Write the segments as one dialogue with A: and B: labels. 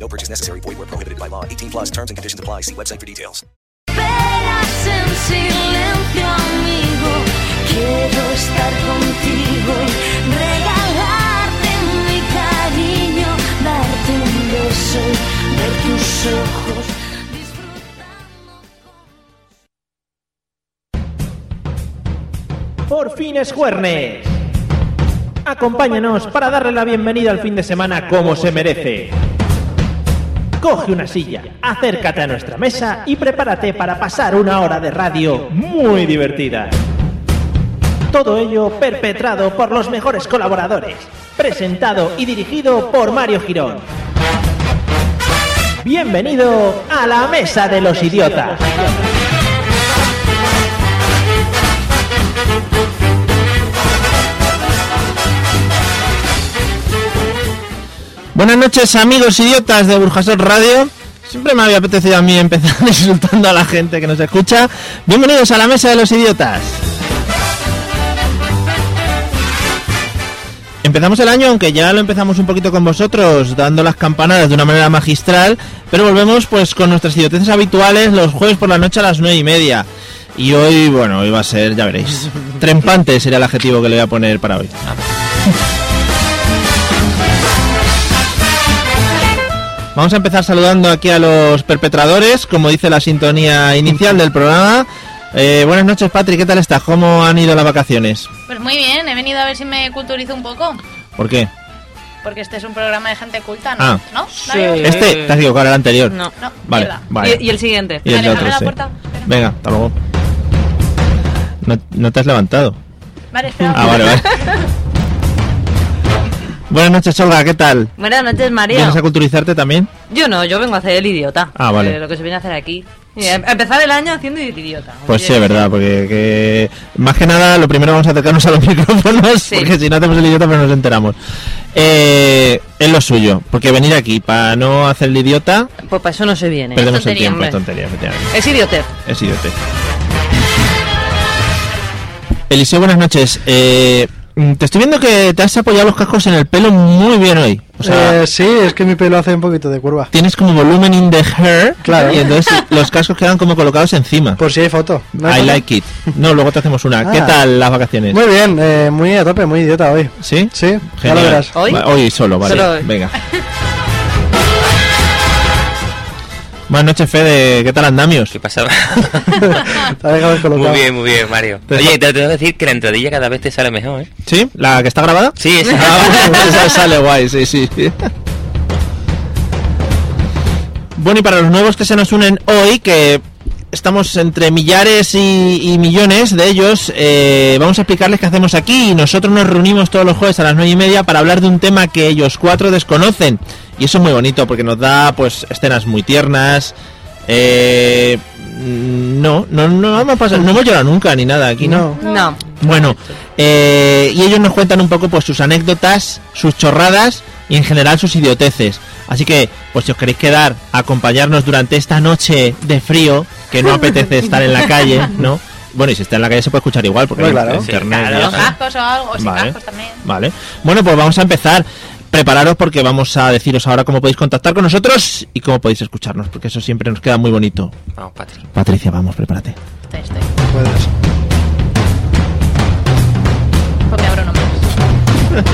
A: No purchase necessary. Void where prohibited by law. 18 plus terms and conditions apply. See website for details.
B: Verás en silencio, amigo. Quiero estar contigo y regalarte mi cariño, darte un beso de tus ojos. disfrutando
C: Por fin es jueves. Acompáñanos para darle la bienvenida al fin de semana como se merece. Coge una silla, acércate a nuestra mesa y prepárate para pasar una hora de radio muy divertida. Todo ello perpetrado por los mejores colaboradores, presentado y dirigido por Mario Girón. Bienvenido a la Mesa de los Idiotas.
D: Buenas noches amigos idiotas de Burjasot Radio. Siempre me había apetecido a mí empezar insultando a la gente que nos escucha. Bienvenidos a la mesa de los idiotas. Empezamos el año, aunque ya lo empezamos un poquito con vosotros, dando las campanadas de una manera magistral, pero volvemos pues con nuestras idioteces habituales los jueves por la noche a las nueve y media. Y hoy, bueno, hoy va a ser, ya veréis, trempante sería el adjetivo que le voy a poner para hoy. Vamos a empezar saludando aquí a los perpetradores, como dice la sintonía inicial del programa. Eh, buenas noches, Patrick, ¿qué tal estás? ¿Cómo han ido las vacaciones?
E: Pues muy bien, he venido a ver si me culturizo un poco,
D: ¿Por qué?
E: porque este es un programa de gente culta, ¿no?
D: Ah.
E: ¿No?
F: Sí.
E: Dario?
F: Eh,
D: ¿Este? ¿Te has equivocado el anterior?
F: No.
E: No,
D: Vale,
E: mierda.
D: vale.
F: Y, y el siguiente.
D: Y el
E: Vale,
D: de
E: abre
D: otro,
E: la
D: sí.
E: puerta, espera.
D: Venga, hasta luego. No, no te has levantado.
E: Vale, espera.
D: Ah, vale, vale. buenas noches, Olga, ¿qué tal?
F: Buenas noches, María.
D: ¿Vienes a culturizarte también?
F: Yo no, yo vengo a hacer el idiota.
D: Ah, vale.
F: Eh, lo que se viene a hacer aquí. Y a- a empezar el año haciendo el idiota.
D: Pues
F: Oye,
D: sí, es verdad, porque que- más que nada lo primero vamos a acercarnos a los micrófonos,
F: Sí.
D: porque si no hacemos el idiota pero nos enteramos. Eh, es lo suyo, porque venir aquí para no hacer el idiota,
F: Pues para eso no se viene.
D: perdemos el
F: Tontería,
D: tiempo, es
F: hombre.
D: tontería, efectivamente.
F: Es idiotez.
D: Es idiota. Eliseo, buenas noches. Eh, mm, te estoy viendo que te has apoyado los cascos en el pelo muy bien hoy. O sea,
G: Eh, sí, es que mi pelo hace un poquito de curva.
D: tienes como volumen in the hair,
G: Claro.
D: y entonces los cascos quedan como colocados encima.
G: Por si hay foto. ¿No hay
D: I
G: foto?
D: like it. No, luego te hacemos una. ¿Qué
G: Ah.
D: tal las vacaciones?
G: Muy bien, eh, muy a tope, muy idiota hoy.
D: ¿Sí?
G: Sí, ya lo
D: Genial.
G: verás.
F: ¿Hoy?
D: Va- Hoy solo, vale.
F: Solo hoy.
D: Venga. Buenas noches, Fede. ¿Qué tal andamios?
H: ¿Qué pasa?
G: Te has dejado descolocado.
H: muy bien, muy bien, Mario.
D: Te dejo-
H: Oye, te tengo que decir que la entradilla cada vez te sale mejor, ¿eh?
D: ¿Sí? ¿La que está grabada?
H: Sí, esa.
D: Ah, esa sale guay, sí, sí. Bueno, y para los nuevos que se nos unen hoy, que estamos entre millares y, y millones de ellos, eh, vamos a explicarles qué hacemos aquí. Y nosotros nos reunimos todos los jueves a las nueve y media para hablar de un tema que ellos cuatro desconocen. Y eso es muy bonito porque nos da pues escenas muy tiernas. Eh, no, no, no, hemos pasado- no hemos llorado nunca ni nada aquí, ¿no?
G: No.
F: No.
D: Bueno, eh, y ellos nos cuentan un poco pues sus anécdotas, sus chorradas y en general sus idioteces. Así que, pues si os queréis quedar a acompañarnos durante esta noche de frío, que no apetece estar en la calle, ¿no? Bueno, y si está en la calle se puede escuchar igual, porque
G: Bueno,
D: hay
G: claro.
D: internet.
H: Sí,
D: y
H: Pues claro.
E: Los
D: eso.
F: Ah.
E: cascos o algo, o sin
D: Vale.
E: cascos también.
D: Vale. Bueno, pues vamos a empezar. Prepararos porque vamos a deciros ahora cómo podéis contactar con nosotros y cómo podéis escucharnos, porque eso siempre nos queda muy bonito.
H: Vamos, Patrick.
D: Patricia, vamos, prepárate.
E: Estoy, estoy.
G: Puedes.
E: Porque abro nombres.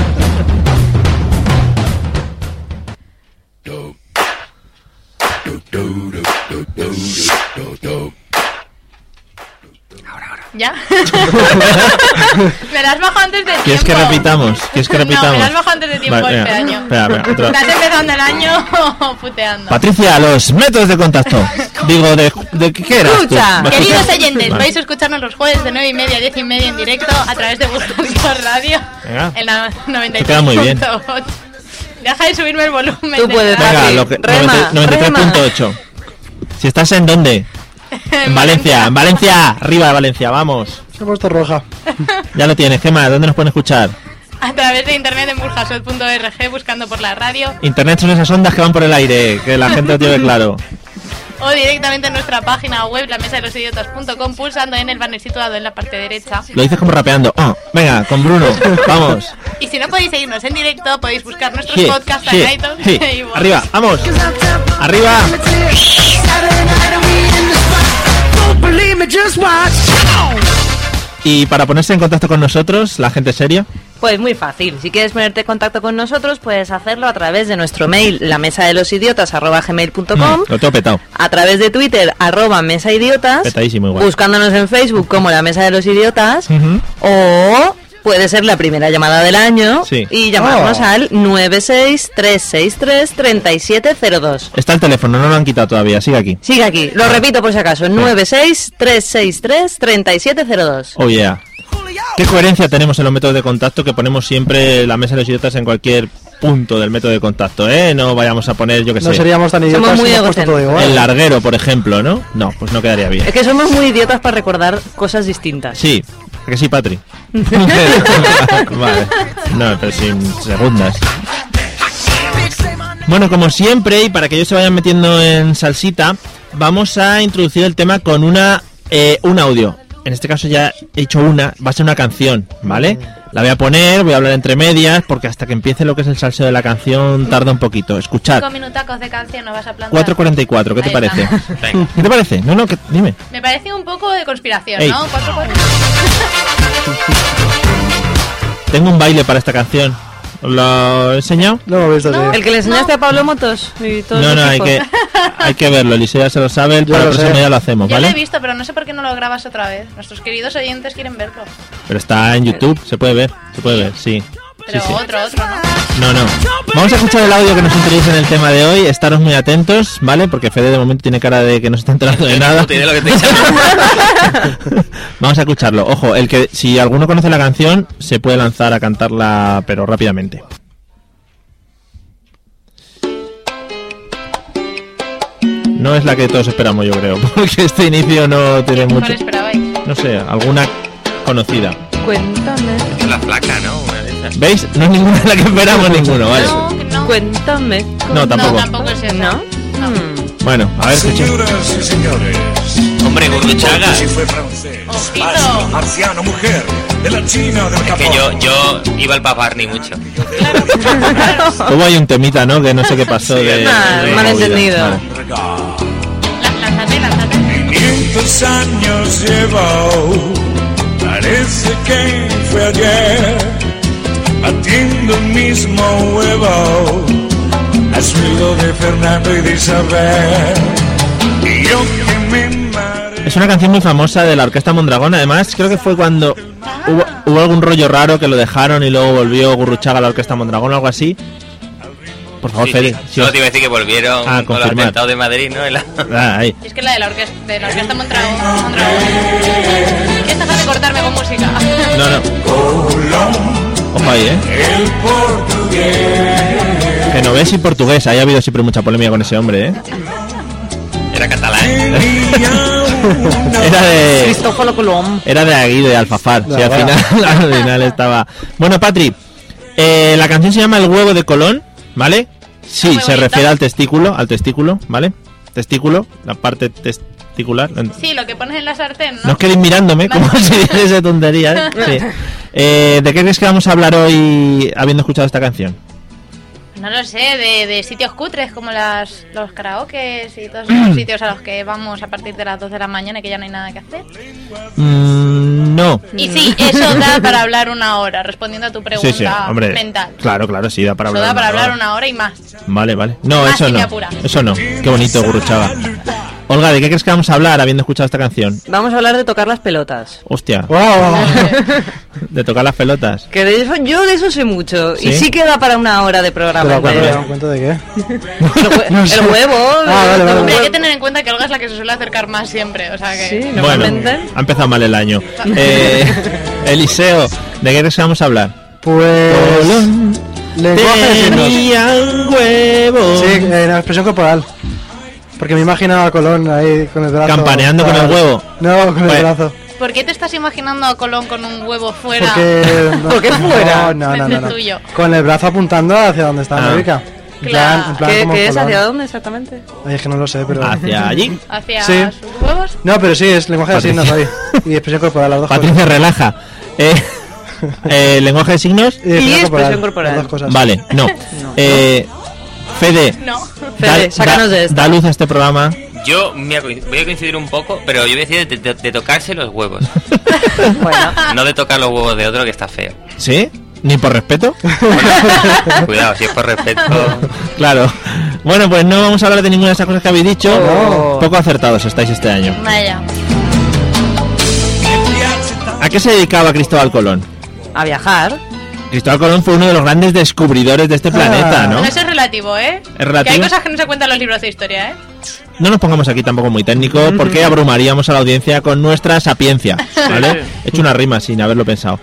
E: ¿Ya? me las bajo antes de tiempo.
D: ¿Quieres que repitamos? ¿Quieres que repitamos?
E: No, me las bajo antes de tiempo
D: Vale,
E: este
D: venga.
E: año.
D: Espera, espera, otra.
E: Estás empezando el año puteando.
D: Patricia, los métodos de contacto. Digo, de, de qué eras tú?
F: Escucha,
D: ¿Me escuchas?
E: Queridos oyentes,
D: Vale.
E: podéis escucharnos los jueves de 9 y media a 10 y media en directo a través de Buscando Radio
D: Venga.
E: en la
D: Te queda muy bien.
E: 93.8. Deja de subirme el volumen.
F: Tú
E: de
F: puedes,
E: verdad.
D: Venga,
F: Patrick,
D: lo que,
F: rema,
D: 90 93.8. Si estás en dónde? En Valencia, en Valencia, arriba de Valencia, vamos.
G: Se ha puesto roja.
D: Ya lo tienes, Gema, ¿dónde nos pueden escuchar?
E: A través de internet en burjasot.org, buscando por la radio,
D: Internet son esas ondas que van por el aire, que la gente lo tiene claro.
E: o directamente en nuestra página web, la mesa de los idiotas.com, pulsando en el banner situado en la parte derecha.
D: Lo dices como rapeando. Ah, venga, con Bruno, vamos.
E: Y si no podéis seguirnos en directo, podéis buscar nuestros
D: Sí,
E: podcasts
D: sí,
E: en iTunes.
D: sí.
E: y bueno.
D: Arriba, vamos. Arriba. Y para ponerse en contacto con nosotros, la gente seria,
F: Pues muy fácil. Si quieres ponerte en contacto con nosotros, puedes hacerlo a través de nuestro mail, la mesa de los idiotas
D: Mm, lo tengo petado.
F: a través de Twitter, arroba mesa idiotas,
D: Petadísimo igual.
F: buscándonos en Facebook como la mesa de los idiotas,
D: Ujú.
F: o puede ser la primera llamada del año
D: Sí. Oh.
F: y llamarnos al 963633702.
D: Está el teléfono, no lo han quitado todavía, sigue aquí.
F: Sigue aquí,
D: Ah.
F: lo repito por si acaso, 963633702.
D: Oh yeah. ¿Qué coherencia tenemos en los métodos de contacto que ponemos siempre la mesa de los idiotas en cualquier punto del método de contacto, eh? No vayamos a poner, yo que
G: No
D: sé,
G: seríamos tan
F: Somos
G: idiotas si
F: muy
G: hemos puesto todo
F: egocéntricos.
G: igual.
D: el larguero, por ejemplo, ¿no? No, pues no quedaría bien.
F: Es que somos muy idiotas para recordar cosas distintas.
D: Sí, ¿a que sí, Patri. vale. No, pero sin segundas. Bueno, como siempre, y para que ellos se vayan metiendo en salsita, vamos a introducir el tema con una eh, un audio. En este caso ya he hecho una, va a ser una canción, ¿vale? La voy a poner, voy a hablar entre medias, porque hasta que empiece lo que es el salseo de la canción tarda un poquito. Escuchad,
E: Cinco minutacos de canción nos vas a plantar.
D: 4.44, ¿qué te
E: Ahí
D: parece?
E: estamos.
H: Venga.
D: ¿Qué te parece? No, no, que- dime.
E: Me parece un poco de conspiración,
D: Ey.
E: ¿no? Cuatro, cuatro.
D: Tengo un baile para esta canción. ¿Os ¿Lo he enseñado?
G: No hemos visto así.
F: El que le enseñaste a Pablo Motos y todos
D: No,
F: los
D: no, hay
F: tipos.
D: que, hay que verlo. Eliseo ya se lo sabe, el
G: Yo
D: para la
G: lo sé.
D: próxima ya lo hacemos,
E: Yo lo he
D: ¿vale?
E: visto, pero no sé por qué no lo grabas otra vez. Nuestros queridos oyentes quieren verlo.
D: Pero está en YouTube, se puede ver, se puede ver, sí. Sí,
E: Pero
D: sí.
E: otro, otro, ¿no?
D: No, no. Vamos a escuchar el audio que nos introduce en el tema de hoy. Estaros muy atentos, ¿vale? Porque Fede de momento tiene cara de que no se está enterando de nada.
H: Puta idea lo que te he dicho.
D: Vamos a escucharlo. Ojo, el que si alguno conoce la canción, se puede lanzar a cantarla, pero rápidamente. No es la que todos esperamos, yo creo, porque este inicio no tiene
E: No lo
D: mucho.
E: esperabais.
D: No sé, alguna conocida.
F: Cuéntame,
H: La flaca, ¿no? Una de esas.
D: ¿Veis? No es ninguna la que esperamos, ninguno, vale.
E: No, que no.
F: cuéntame.
D: No, tampoco.
E: No, tampoco es eso.
F: ¿No?
D: Bueno, a ver, escucha.
I: Señoras y señores,
H: Hombre, Gurruchaga.
I: si fue francés,
E: Ojito.
I: vasco, marciano, mujer, de la China o del
H: Que
I: Japón.
H: yo, yo iba al Pap Barney mucho.
D: Hubo ahí un temita, ¿no? Que no sé qué pasó.
H: Sí,
D: de,
F: nada,
D: de-
F: malentendido.
D: Vale.
E: Lá- Lánzate, lánzate.
I: 500 años llevado, parece que fue ayer, batiendo el mismo huevo, al suelo de Fernando y de Isabel. Y yo que me mareo.
D: Es una canción muy famosa de la Orquesta Mondragón. Además, creo que fue cuando hubo, hubo algún rollo raro que lo dejaron y luego volvió Gurruchaga a la Orquesta Mondragón o algo así. Por favor,
H: Sí,
D: Fede.
H: sí.
D: si
H: No,
D: os-
H: te iba a decir que volvieron
D: Ah,
H: con los
D: confirmar.
H: atentados de Madrid, ¿no? En la-
D: Ah, ahí.
E: Es que la de la orquesta, de la orquesta Mondragón. Mondragón. Ya está para de cortarme con música.
D: No, no. Ojo ahí, ¿eh?
I: El portugués
D: Genovés y portugués. Ahí ha habido siempre mucha polémica con ese hombre, ¿eh?
H: Era catalán.
I: tenía una
D: Era de...
F: Cristófalo Colón.
D: Era de Aguido y Alfafar.
G: No,
D: sí, al,
G: vaya.
D: final, al final estaba. Bueno, Patri, eh, la canción se llama El huevo de Colón, ¿vale?
E: Ah,
D: Sí,
E: muy
D: se
E: bonita.
D: refiere al testículo, al testículo, ¿vale? Testículo, la parte testicular.
E: Sí, lo que pones en la sartén, ¿no?
D: No os quedéis mirándome como
E: Vale.
D: si diese tontería, ¿eh? Sí. Eh, ¿De qué crees que vamos a hablar hoy habiendo escuchado esta canción?
E: No lo sé, de, de sitios cutres como las, los karaokes y todos esos sitios a los que vamos a partir de las 2 de la mañana que ya no hay nada que hacer.
D: Mm, no.
E: Y sí, eso da para hablar una hora, respondiendo a tu pregunta
D: Sí, sí, hombre.
E: mental.
D: Claro, claro, sí, da para
E: Eso da
D: hablar.
E: para
D: una
E: hablar
D: hora.
E: una hora y más.
D: Vale, vale. No,
E: Ah,
D: eso
E: sí que
D: no.
E: apura.
D: Eso no. Qué bonito, Gurruchaga. Olga, ¿de qué crees que vamos a hablar habiendo escuchado esta canción?
F: Vamos a hablar de tocar las pelotas.
D: Hostia,
G: ¡Wow!
D: de tocar las pelotas.
F: Que de eso, yo de eso sé mucho. Y
D: ¿Sí?
F: sí queda para una hora de programa.
G: ¿Pero a
F: entero.
G: cuánto, a cuánto de qué?
F: El hue-
G: No sé.
F: El huevo.
G: Ah, vale, vale,
E: Hombre, hay
G: vale.
E: que tener en cuenta que Olga es la que se suele acercar más siempre, o sea que...
F: Sí,
D: Bueno,
F: normalmente.
D: ha empezado mal el año. Eh, Eliseo, ¿de qué crees que vamos a hablar?
G: Pues. Lenguaje de signos.
D: Tenía un huevo.
G: Sí, eh, la expresión corporal. Porque me imaginaba a Colón ahí con el brazo.
D: Campaneando con el huevo.
G: No, con el
D: Bueno.
G: brazo.
E: ¿Por qué te estás imaginando a Colón con un huevo fuera?
G: Porque.
E: ¿Por qué fuera?
G: No, no, no. no, no.
E: Tuyo.
G: Con el brazo apuntando hacia donde está
D: Ah.
G: América. En plan- en plan
F: ¿Qué,
G: como
F: qué es?
G: Colón.
F: ¿Hacia dónde exactamente?
G: Ay, Es que no lo sé, pero.
D: Hacia allí.
E: ¿Hacia
G: Sí.
E: sus huevos?
G: No, pero sí, es lenguaje de
D: Patricia.
G: signos ahí. Y expresión corporal, las dos
D: Patricia,
G: cosas.
D: relaja. Eh, eh, lenguaje de signos.
G: Y expresión
F: Y
G: corporal.
F: expresión corporal.
G: Las dos cosas.
D: Vale, no. Eh, Fede,
E: No.
F: Fede, sácanos de esta.
D: da luz a este programa.
H: Yo mira, coinc- voy a coincidir un poco, pero yo voy a decir de, de- de tocarse los huevos.
F: Bueno,
H: No de tocar los huevos de otro que está feo.
D: ¿Sí? ¿Ni por respeto?
H: Cuidado, si es por respeto.
D: Claro. Bueno, pues no vamos a hablar de ninguna de esas cosas que habéis dicho.
G: Oh.
D: Poco acertados estáis este año.
E: Vaya.
D: ¿A qué se dedicaba Cristóbal Colón?
F: a viajar.
D: Cristóbal Colón fue uno de los grandes descubridores de este planeta, ¿no?
E: Bueno, eso es relativo, ¿eh? Que hay
D: relativo.
E: cosas que no se cuentan en los libros de historia, ¿eh?
D: No nos pongamos aquí tampoco muy técnico porque abrumaríamos a la audiencia con nuestra sapiencia, ¿vale? He hecho una rima sin haberlo pensado.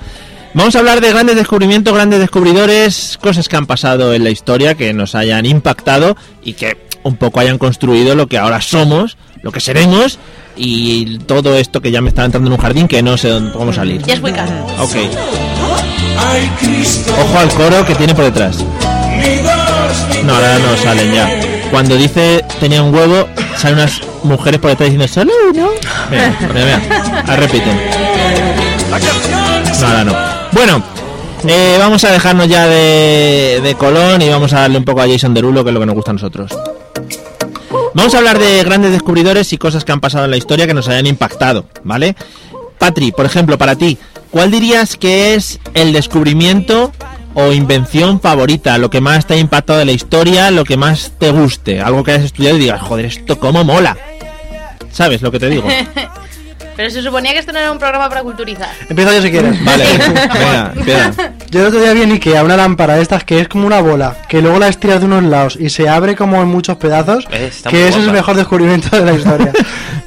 D: Vamos a hablar de grandes descubrimientos, grandes descubridores, cosas que han pasado en la historia que nos hayan impactado y que un poco hayan construido lo que ahora somos, lo que seremos y todo esto que ya me está entrando en un jardín que no sé dónde, cómo salir.
E: Ya es
G: Mm.
E: muy caro.
D: Ok,
I: Ay, Cristo,
D: ojo al coro que tiene por detrás.
I: ni dos, ni
D: No, ahora no
I: tres.
D: salen ya. Cuando dice tenía un huevo, salen unas mujeres por detrás diciendo solo uno. Mira, mira, mira. Ahora repiten.
I: La canción es
D: No, ahora no. Bueno, eh, vamos a dejarnos ya de, de Colón y vamos a darle un poco a Jason Derulo, que es lo que nos gusta a nosotros. Vamos a hablar de grandes descubridores y cosas que han pasado en la historia que nos hayan impactado, ¿vale? Patri, por ejemplo, para ti, ¿cuál dirías que es el descubrimiento o invención favorita? Lo que más te ha impactado de la historia, lo que más te guste, algo que hayas estudiado y digas, joder, esto cómo mola. ¿Sabes lo que te digo?
E: Pero se suponía que esto no era un programa para culturizar.
G: Empiezo yo si quieres.
D: Vale, venga, empieza.
G: Yo el otro día vi en Ikea una lámpara de estas que es como una bola, que luego la estiras de unos lados y se abre como en muchos pedazos,
H: Eh, está muy
G: que ese es el
H: guapa.
G: mejor descubrimiento de la historia.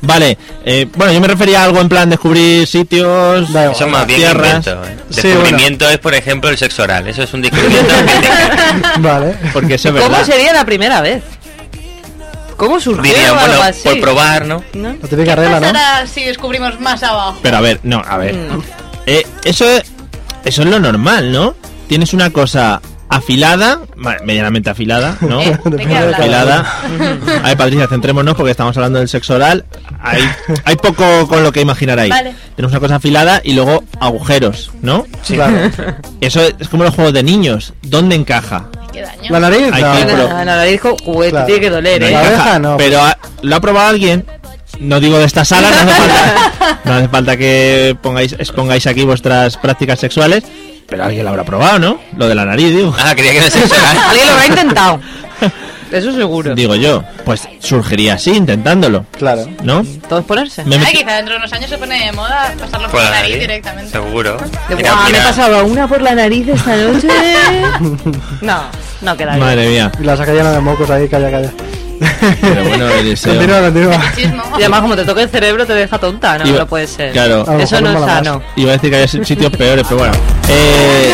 D: Vale, eh, bueno, yo me refería a algo en plan descubrir sitios,
G: Da igual.
H: Eso es más bien
D: tierras.
H: invento. ¿eh?
G: Sí,
H: Descubrimiento es, por ejemplo, el sexo oral. Eso es un descubrimiento que te-
G: vale.
D: Porque eso es
F: ¿Cómo
D: verdad.
F: sería la primera vez? ¿Cómo surgió
H: Diría,
F: algo
H: bueno,
F: así?
H: por probar, ¿no?
F: ¿No?
G: La típica regla, ¿no?
E: Pasará si Pues descubrimos más abajo.
D: Pero a ver, no, a ver.
E: Mm.
D: Eh, eso, es, eso es lo normal, ¿no? Tienes una cosa afilada, ma- medianamente afilada, ¿no?
E: Eh, ¿de qué hablas?
D: afilada. A ver, Patricia, centrémonos porque estamos hablando del sexo oral. Hay, hay poco con lo que imaginar ahí.
E: Vale.
D: Tenemos una cosa afilada y luego agujeros, ¿no?
G: Claro.
D: Eso es como los juegos de niños. ¿Dónde encaja?
E: Qué daño.
G: La nariz,
D: Hay
G: no.
D: que-
F: En la- en la nariz con juguete,
G: Claro.
F: tiene que doler,
D: No
F: ¿eh?
G: La
D: encaja,
G: abeja no.
D: Pero ah, lo ha probado alguien. No digo de esta sala, no hace falta, no hace falta que pongáis, expongáis aquí vuestras prácticas sexuales. Pero alguien lo habrá probado, ¿no? Lo de la nariz, digo.
H: Ah, creía que era sexo oral.
F: Alguien lo habrá intentado. Eso seguro.
D: Digo yo. Pues surgiría así, intentándolo,
G: Claro.
D: ¿no?
F: Todos ponerse.
D: Me he
E: Ay,
D: meti-
E: quizá dentro de unos años se pone de moda pasarlo por
H: Por
E: la
H: ahí,
E: nariz directamente.
H: Seguro.
F: De,
H: Mira,
F: "Buah, Ah, me he
H: mira,
F: pasado una por la nariz esta noche. no, no queda bien.
D: Madre mía.
G: Y la saca llena de mocos ahí, calla, calla.
D: Pero bueno, Eliseo.
G: Continúa, continúa.
E: Chismo.
F: Y además, como te toca el cerebro, te deja tonta. No,
D: Iba-
F: no puede ser.
D: Claro.
G: A lo
F: Eso
G: mejor
F: no
G: es
F: es
G: mala
F: sano.
D: Iba a decir que había sitios peores, pero bueno. Eh,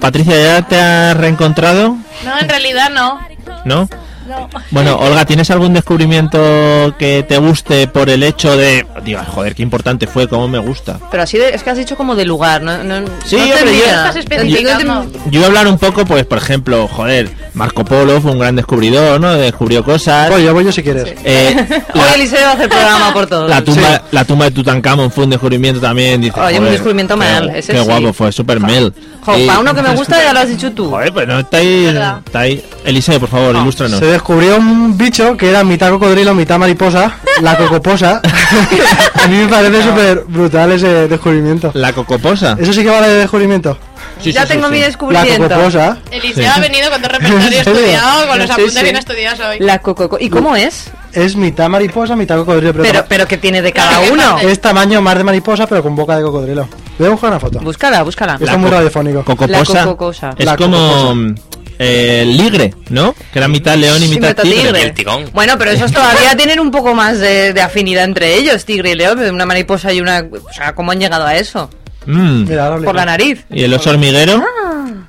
D: Patricia, ¿ya te has reencontrado?
E: No, en realidad no.
D: ¿No?
E: No.
D: Bueno, Olga, ¿tienes algún descubrimiento que te guste por el hecho de... Diga, joder, qué importante fue, cómo me gusta.
F: Pero así de- es que has dicho como de lugar, ¿no? no
D: Sí,
F: no
D: hombre,
F: termina.
D: yo-
E: Estás especificando.
F: Entiendo-
D: Yo voy a hablar un poco, pues, por ejemplo, joder, Marco Polo fue un gran descubridor, ¿no? Descubrió cosas.
G: Voy yo, voy yo si quieres.
D: Eh,
F: Hoy Eliseo va a hacer programa por todos.
D: la tumba, la tumba de Tutankamón fue un descubrimiento también. Dice,
F: Oye, un
D: joder,
F: descubrimiento
D: qué-
F: mal,
D: Qué,
F: ese sí.
D: guapo fue, super mel.
F: Jo,
D: Eh,
F: pa' uno que me gusta ya lo has dicho tú.
D: Joder, pues no está ahí,
E: Verdad.
D: está ahí. Eliseo, por favor, ilústranos.
G: Se descubrió un bicho que era mitad cocodrilo, mitad mariposa, la cocoposa. A mí me parece súper brutal ese descubrimiento.
D: La cocoposa.
G: Eso sí que vale de descubrimiento.
D: Sí,
F: ya
D: sí, sí,
F: tengo
D: sí.
F: mi
G: La
F: descubrimiento.
G: cocoposa.
E: Eliseo
D: Sí.
E: ha venido con todo el
G: ¿En
E: repertorio
G: serio?
E: estudiado, con los
F: Sí,
E: apuntes
F: sí.
E: bien estudiados hoy.
F: La coco. ¿Y cómo es?
G: Es mitad mariposa, mitad cocodrilo. Pero,
F: Pero, pero que tiene de cada
E: Claro que
F: uno.
G: es tamaño más de mariposa, pero con boca de cocodrilo. Voy a buscar una foto.
F: Búscala, búscala.
G: Está muy
D: co-
G: radiofónico.
D: Cocoposa.
F: La cocoposa.
D: Es
G: La
D: como
G: cocoposa.
D: mm, eh, el ligre, ¿no? Que era mitad león y
F: Sí,
D: mitad
F: meto
D: tigre.
H: Y el tigón.
F: Bueno, pero esos todavía tienen un poco más de, de afinidad entre ellos, tigre y león. Una mariposa y una. O sea, ¿cómo han llegado a eso?
D: Mm.
G: Mira, ahora lo
F: Por la
G: leo.
F: nariz. Ah.
D: ¿Y el oso hormiguero?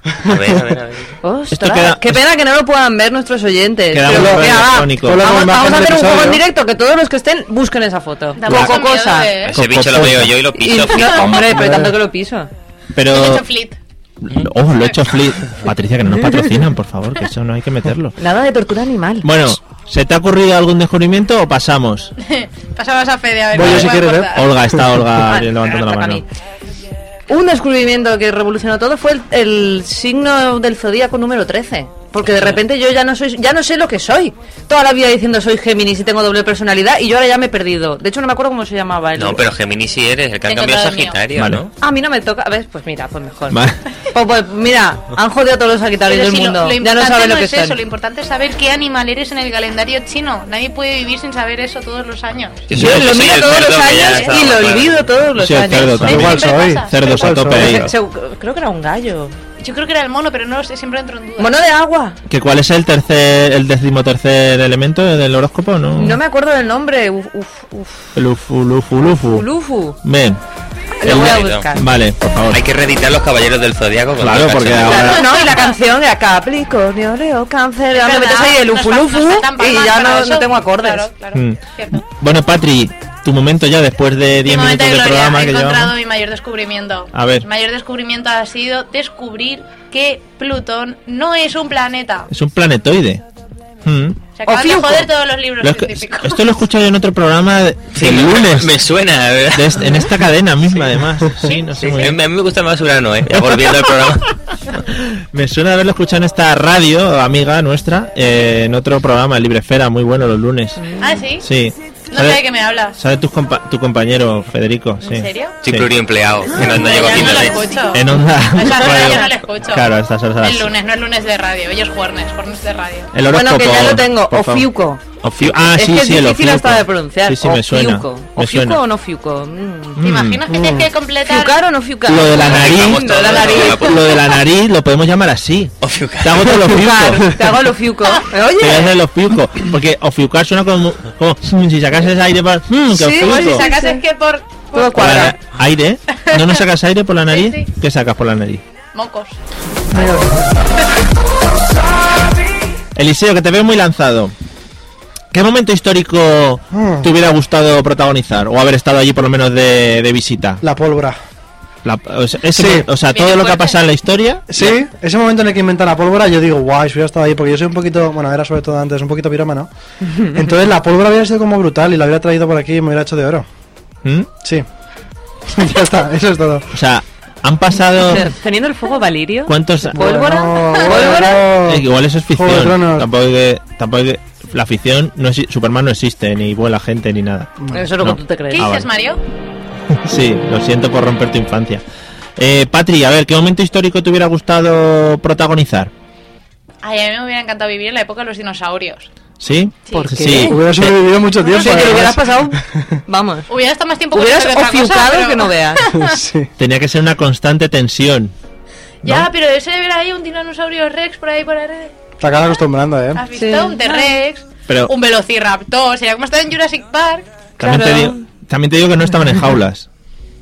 H: A ver, a ver, a ver.
F: Ostras,
D: Esto queda-
F: qué pena que no lo puedan ver nuestros oyentes.
D: Queda
F: Pero
D: muy
F: mira, va,
D: radiofónico. Ponlo como
F: vamos,
D: imagen
F: vamos a
D: del
F: hacer un juego en
D: episodio.
F: directo, que todos los que estén busquen esa foto.
E: Da mucho
F: Poco
E: miedo,
F: cosa.
E: ¿eh?
H: Ese bicho lo veo yo y lo
F: Y-
H: piso.
F: no, hombre, pero tanto que lo piso.
D: Pero.
E: He hecho flit.
D: Oh, lo he hecho flip.
F: ¿eh?
D: Patricia, que no nos patrocinan, por favor, que eso no hay que meterlo.
F: Nada de tortura animal.
D: Bueno, ¿se te ha ocurrido algún descubrimiento o pasamos?
E: Pasabas a Fede a ver.
G: Voy
E: qué
G: yo
E: le
G: si
E: puede
G: quieres, ¿eh?
E: aportar.
D: Olga, está Olga
F: Vale,
D: levantando la
F: toca a
D: mano.
F: mí. Un descubrimiento que revolucionó todo fue el, el signo del zodíaco número 13. Porque de repente yo ya no soy, ya no sé lo que soy. Toda la vida diciendo soy Géminis y tengo doble personalidad y yo ahora ya me he perdido. De hecho no me acuerdo cómo se llamaba. El...
H: No, pero Géminis sí eres, el que han
E: Tengo
H: cambiado
E: todo el mío.
H: Sagitario,
D: Vale.
H: ¿no?
F: Ah, A mí no me toca. A ver, pues mira, pues mejor.
D: Vale.
F: Pues, pues mira, han jodido a todos los sagitarios
E: Pero
F: del
E: si lo-
F: mundo.
E: Lo,
F: ya no
E: importante
F: saben lo que
E: es
F: son.
E: eso, lo importante es saber qué animal eres en el calendario chino. Nadie puede vivir sin saber eso todos los años.
H: soy-
F: Yo lo
H: soy
F: miro
H: el
F: todos
H: cerdo
F: los
H: que ya
F: años
H: estaba
F: y lo
H: fuera.
F: olvido todos los
D: Sí, el
F: años.
D: cerdo
E: Ahí
D: también.
G: Igual
E: siempre
G: soy.
E: pasa.
D: Cerdos a
G: Igual
D: tope
G: soy.
D: ahí.
F: Se- se- creo que era un gallo.
E: Yo creo que era el mono, pero no lo sé, siempre entro en
H: Mm.
E: duda.
F: Mono de agua.
D: ¿Que ¿Cuál es el tercer, el decimotercer elemento del horóscopo? No,
H: Mm.
F: No me acuerdo del nombre. Uf, uf, uf.
D: El ufu, lufu, lufu.
F: Ulufu.
D: Ven,
F: Lo voy a
H: El-
F: buscar.
D: vale, por favor.
H: Hay que reeditar los Caballeros del Zodíaco. con
D: Claro,
H: todas las
D: porque
H: canciones.
D: ahora-
F: Claro, no, y la canción era Capricornio, Leo, Cáncer. Ya me
E: ¿Verdad?
F: metes ahí el
E: Nos
F: ufu,
E: fal-
F: lufu
E: nos faltan palmas
F: y ya
E: para
F: no,
E: eso.
F: no tengo acordes.
E: Claro, claro,
D: Mm.
E: cierto.
D: Bueno, Patri, tu momento ya después de
E: Mi
D: 10
E: momento
D: minutos
E: de
D: de
E: gloria,
D: programa
E: he
D: que
E: encontrado
D: llevamos.
E: mi mayor descubrimiento.
D: A ver.
E: Mi mayor descubrimiento ha sido descubrir que Plutón no es un planeta.
D: Es un planetoide. Mm.
E: Se acaban de
F: Ofiuco.
E: joder todos los libros
D: Lo escu-
E: científicos.
D: esto lo he escuchado yo en otro programa de-
H: Sí,
D: el
H: me-
D: lunes.
H: Me suena, de ¿verdad?
D: de est- en esta cadena misma, además. Sí, no sé
H: Sí,
D: muy
H: sí, a
D: bien.
H: mí me gusta más Urano, ¿eh? Ya volviendo al programa.
D: Me suena haberlo escuchado en esta radio, amiga nuestra, eh, en otro programa, en Librefera, muy bueno los lunes.
E: Ah, ¿sí?
D: Sí.
E: No sé de qué me hablas.
D: sabe tus compa- tu compañero Federico? sí.
E: serio?
H: Soy
D: Sí.
H: pluriempleado. que no, no llego a
E: Ya
H: fin
E: no
H: de
E: lo
H: mes.
E: escucho.
D: En onda.
E: A esas horas
D: Bueno,
E: yo no la escucho.
D: Claro, a estas horas.
E: El lunes, no es lunes de radio, hoy es jueves, jueves de radio.
D: El
F: Bueno,
D: horóscopo.
F: que ya lo tengo.
D: por favor.
F: Ofiuco.
D: Ofiu- Ah,
F: es
D: sí,
F: que es
D: sí, el
F: difícil
D: ofiuco.
F: hasta de pronunciar.
D: Sí, sí, me suena.
F: Ofiuco.
D: Me
F: ¿Ofiuco
D: suena.
F: o no fiuco? Mm.
E: ¿Te imaginas que tienes que completar?
F: ¿Fiucar o no fiucar?
D: Lo de la nariz.
H: Vamos
F: Lo de la
H: todos,
F: nariz.
H: vamos.
D: Lo de la nariz lo podemos llamar así. Te hago todo el
F: Fiucar. Te
D: ofiuco.
F: hago lo fiuco. ¿Me
D: Te voy a hacer
F: oyes?
D: el ofiuco. Porque ofiucar suena como, como mm, si sacases aire para. mm, que
F: Sí,
D: ofiuco.
F: pues
E: Si
F: si
E: sacas es que por, por
F: Todo
D: Por la
F: cuadrado.
D: na- aire. ¿No nos sacas aire por la nariz?
E: Sí, sí.
D: ¿Qué sacas por la nariz?
E: mocos.
D: Eliseo, que te veo muy lanzado. ¿Qué momento histórico
F: Mm.
D: te hubiera gustado protagonizar? O haber estado allí por lo menos de, de visita.
G: La pólvora.
D: La- o sea, ese-
G: Sí.
D: o sea, todo
E: Viene
D: lo que ha
F: pues,
E: fuerte.
D: pasado en la historia.
G: Sí, ese momento en el que inventan la pólvora, yo digo, guay, si hubiera estado ahí, porque yo soy un poquito, bueno, era sobre todo antes, un poquito pirómano. Entonces la pólvora hubiera sido como brutal y la hubiera traído por aquí y me hubiera hecho de oro.
D: ¿Mm?
G: Sí. ya está, eso es todo.
D: O sea, han pasado.
F: Teniendo el fuego Valirio.
D: ¿Cuántos?
F: ¿Pólvora?
G: Bueno,
D: Eh, que igual eso es ficción.
G: Juego de Tronos.
D: tampoco hay que- tampoco hay que- la ficción, no exi- Superman no existe, ni vuela gente, ni nada.
F: Eso es lo
D: No.
F: que tú te
E: ¿Qué
F: crees.
D: Ah,
E: dices,
D: vale.
E: Mario?
D: Sí, lo siento por romper tu infancia. Eh, Patri, a ver, ¿qué momento histórico te hubiera gustado protagonizar?
E: Ay, a mí me hubiera encantado vivir en la época de los dinosaurios.
D: ¿Sí?
F: ¿Por qué?
D: Sí.
G: Hubiera sobrevivido mucho tiempo.
F: Sí, que lo hubieras
G: además.
F: pasado. Vamos.
E: Hubiera estado más tiempo con
F: Hubieras
E: eso que otra cosa,
F: ofiucado
E: pero-
F: que no veas.
G: sí.
D: Tenía que ser una constante tensión.
E: Ya, pero ese ver ahí un dinosaurio Rex por ahí por ahí.
G: Te acabas acostumbrando, ¿eh?
D: Ah.
E: ¿Has visto?
F: Sí.
E: Un T-Rex,
D: Pero-
E: un Velociraptor, sería como estar en Jurassic Park.
D: También,
F: Claro.
D: te digo, también te digo que no estaban en jaulas.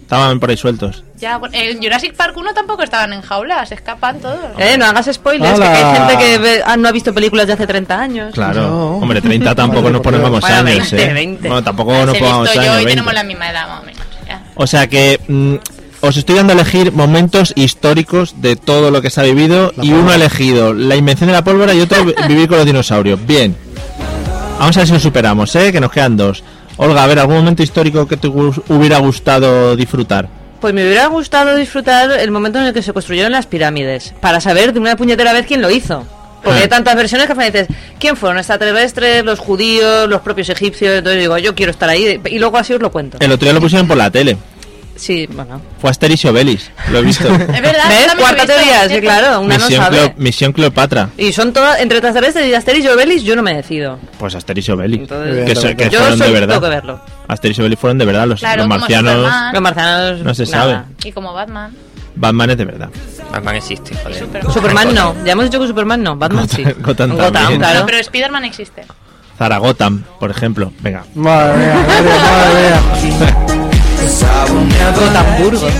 D: Estaban por ahí sueltos.
E: Ya, bueno, en Jurassic Park 1 tampoco estaban en jaulas, escapan todos.
F: Eh, no hagas spoilers,
G: Hola.
F: que hay gente que ve- ah, no ha visto películas de hace 30 años.
D: Claro.
G: No.
D: Hombre, 30 tampoco
G: Madre
D: nos
G: por Dios.
D: ponemos
F: Bueno,
D: años,
F: 20,
D: ¿eh?
F: 20.
D: Bueno, tampoco nos
E: Se he
F: pues,
D: pongamos
E: visto
D: años.
E: yo y
D: 20.
E: tenemos la misma edad, más o menos. ya.
D: O sea que mm, os estoy dando a elegir momentos históricos de todo lo que se ha vivido y uno ha elegido la invención de la pólvora y otro vi- vivir con los dinosaurios. Bien. Vamos a ver si lo superamos, ¿eh? Que nos quedan dos. Olga, a ver, ¿algún momento histórico que te gus- hubiera gustado disfrutar?
F: Pues me hubiera gustado disfrutar el momento en el que se construyeron las pirámides, para saber de una puñetera vez quién lo hizo. Porque
D: Ah.
F: hay tantas versiones que al final dices, ¿quién fueron? ¿Extraterrestres? ¿Los judíos? ¿Los propios egipcios? Entonces digo, yo quiero estar ahí. Y luego así os lo cuento.
D: El otro día lo pusieron por la tele.
F: Sí, bueno.
D: Fue Asterix y Obelix, lo he visto.
E: Es verdad, yo
F: ¿Ves? Cuarta
E: también lo he visto,
F: teoría, sí,
E: ¿cierto?
F: claro, una no
D: Misión,
F: sabe.
D: Cleo- Misión Cleopatra.
F: Y son todas, entre extraterrestres y Asterix y Obelix, yo no me decido.
D: Pues Asterix y Obelix.
F: Entonces-
D: que so- que
F: Yo
D: fueron de
F: solo
D: verdad.
F: tengo que verlo.
D: Asterix y Obelix fueron de verdad los,
E: Claro,
D: los
E: como
D: marcianos.
E: Superman.
F: Los marcianos.
D: No se
F: nada.
D: sabe.
E: Y como Batman.
D: Batman es de verdad.
H: Batman existe, joder.
F: Superman no, ya hemos dicho que Superman no, Batman sí.
D: Gotham también.
F: claro.
E: No, pero Spiderman existe.
D: Zaragotam, por ejemplo. Venga.
G: Madre mía, madre mía, madre mía.
F: Gotham. Burgos.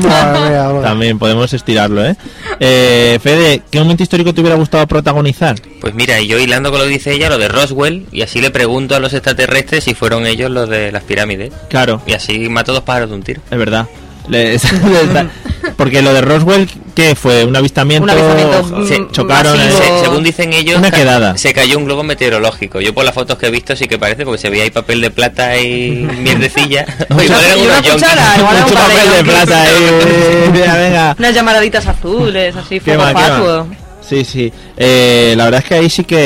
G: Madre mía, bro.
D: También podemos estirarlo, ¿eh? ¿eh? Fede, ¿qué momento histórico te hubiera gustado protagonizar?
H: Pues mira, yo hilando con lo que dice ella, lo de Roswell, y así le pregunto a los extraterrestres si fueron ellos los de las pirámides.
D: Claro,
H: Y así mato dos pájaros de un tiro.
D: es verdad. Le- Porque lo de Roswell, ¿qué fue? ¿Un avistamiento?
F: Un avistamiento,
H: Se-
F: mm,
D: chocaron,
F: masivo.
D: eh,
H: Se- según dicen ellos,
D: Una
H: ca-
D: quedada.
H: se cayó un globo meteorológico. Yo por las fotos que he visto sí que parece, porque se veía ahí papel de plata y mierdecilla.
F: Y una- y una cuchara, igual era un
D: Mucho
F: par de
D: papel de
F: yonkis.
D: plata ahí. Venga, venga.
F: Unas llamaraditas azules, así,
D: Qué
F: fuego
D: mal, qué
F: fatuo.
D: mal. Sí, sí. Eh, la verdad es que ahí sí que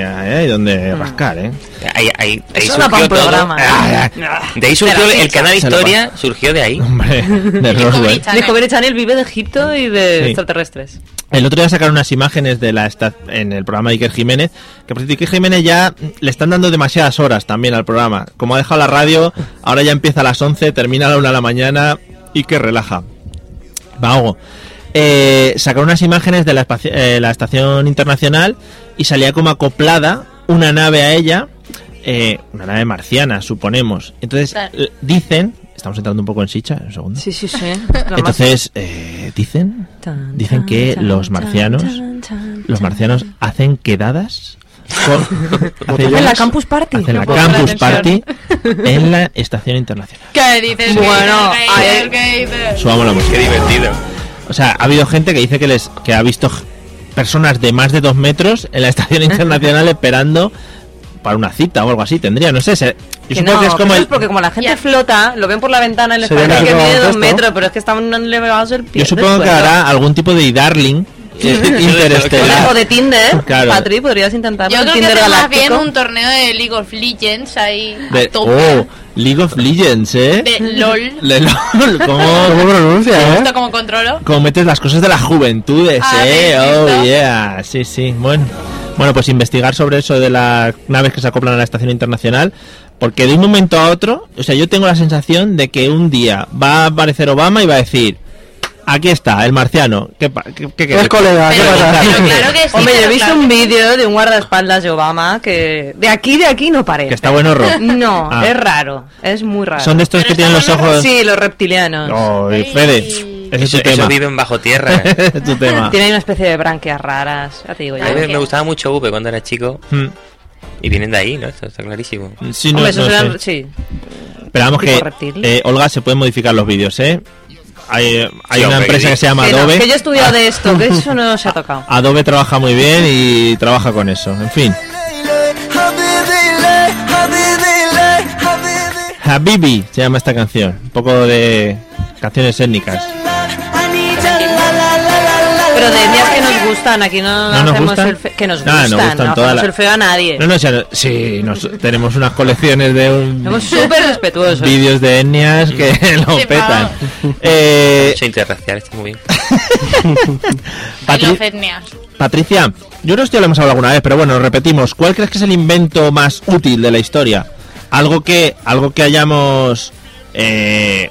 D: eh, hay
F: Ah.
D: donde rascar, ¿eh?
H: Ahí, ahí, ahí
F: Eso da
H: surgió
F: para un
H: todo.
F: programa. ¿eh?
H: Ah, ah. De ahí surgió el, el canal
D: Se lo
H: Historia, surgió de ahí.
D: Hombre, de
E: Discovery
D: Roswell.
E: Channel.
F: Discovery Channel vive de Egipto y de
D: Sí.
F: extraterrestres.
D: El otro día sacaron unas imágenes de la esta- en el programa de Iker Jiménez, que por cierto Iker Jiménez ya le están dando demasiadas horas también al programa. Como ha dejado la radio, ahora ya empieza a las 11, termina a la 1 de la mañana y que relaja. Vago. Eh, sacaron unas imágenes de la, espaci- eh, la estación internacional y salía como acoplada una nave a ella, eh, una nave marciana, suponemos. Entonces
E: Claro.
D: l- dicen, estamos entrando un poco en chicha, un segundo.
F: Sí, sí, sí.
D: Entonces, eh, dicen
F: Tan,
D: Dicen
F: tan,
D: que
F: tan,
D: los
F: tan,
D: marcianos-
F: tan, tan,
D: los
F: tan.
D: marcianos hacen quedadas con,
F: Hacen la campus party.
D: hacen la
F: No puedo poner
D: campus
F: atención.
D: party en la estación internacional.
E: ¿Qué dices?
F: Bueno, a
E: ¿Qué
F: ver.
E: dices? ¿Qué dices?
D: Subamos la
H: Qué
D: música.
H: divertido.
D: O sea, ha habido gente que dice que les que ha visto g- personas de más de dos metros en la estación internacional esperando para una cita o algo así. Tendría, no sé. se- yo
F: Que
D: supongo
F: no,
D: que es como
F: que
D: el,
F: es porque como la gente
E: Ya.
F: flota, lo ven por la ventana en el
G: Se ve
F: espacio que
G: en el
F: mide dos
G: contexto.
F: metros, pero es que están elevados el pie.
D: yo supongo
F: del
D: que
F: suelo.
D: hará algún tipo de darling
F: O
D: interestelar.
F: de Tinder,
D: Claro.
F: Patri, podrías intentarlo. un
E: Yo creo que
F: Tinder
E: hacer más bien
F: galáctico.
E: un torneo de League of Legends ahí a
D: De-
E: tope.
D: oh, League of Legends, ¿eh?
E: De LOL.
D: Le- ¿Cómo-
G: ¿Cómo pronuncia, eh?
E: ¿Esto cómo controlo?
D: Como metes las cosas de las juventudes,
E: Ah,
D: eh.
E: ¿habéis
D: Oh,
E: visto?
D: yeah. Sí, sí. Bueno. Bueno, pues investigar sobre eso de las naves que se acoplan a la estación internacional. Porque de un momento a otro, o sea, yo tengo la sensación de que un día va a aparecer Obama y va a decir: Aquí está, el marciano. ¿Qué, pa- qué, Ah, qué
G: Pues
D: queréis?".
G: colega, ¿qué
E: Pero,
G: pasa?
E: pero claro que sí.
F: Hombre, yo he
E: pero
F: visto
E: claro
F: un
E: que sí.
F: vídeo de un guardaespaldas de Obama que de aquí, de aquí no
D: Que
F: parece.
D: está buen horror.
F: No,
D: Ah.
F: es raro, es muy raro.
D: Son de estos
E: Pero
D: que tienen los
E: está
D: ojos.
F: Sí, los reptilianos.
D: Ay, Fede, ese es
H: Eso,
D: tu
H: eso
D: tema.
H: viven bajo tierra. Eh,
D: Ese es tu tema.
F: Tienen una especie de branquias raras, ya te digo yo.
D: Ah.
H: A mí me- me gustaba mucho V cuando era chico.
D: Mm.
H: Y vienen de ahí, ¿no? Esto está clarísimo.
D: Sí, no,
F: Hombre, esos
D: no
F: eran-
D: sé.
F: sí.
D: Esperamos
F: Tipo
D: que
F: reptil.
D: eh, Olga se pueden modificar los vídeos, ¿eh? Hay, eh, hay
H: Sí,
D: una
H: hombre,
D: empresa
H: que-
D: que se llama
F: Que no,
D: Adobe. Ah,
F: que yo he estudiado de esto, que eso no se ha tocado.
D: Adobe trabaja muy bien y trabaja con eso. En fin. Habibi se llama esta canción. Un poco de canciones étnicas.
F: Pero de días que nos gustan, aquí no,
D: ¿No nos
F: hacemos
D: gustan?
F: el fe- que nos
D: Ah, nos
F: gustan,
D: gustan
F: no
D: toda
F: hacemos
D: la-
F: el feo a nadie.
D: No, no, o sea, sí, nos- tenemos unas colecciones de un-
F: Somos súper respetuosos.
D: vídeos de etnias que lo
E: Sí,
D: petan. Eh,
H: Eso interracial está muy bien.
E: Hay
D: Patri-
E: los etnias.
D: Patricia, yo no estoy lo hemos hablado alguna vez, pero bueno, lo repetimos. ¿Cuál crees que es el invento más útil de la historia? Algo que, algo que hayamos, eh,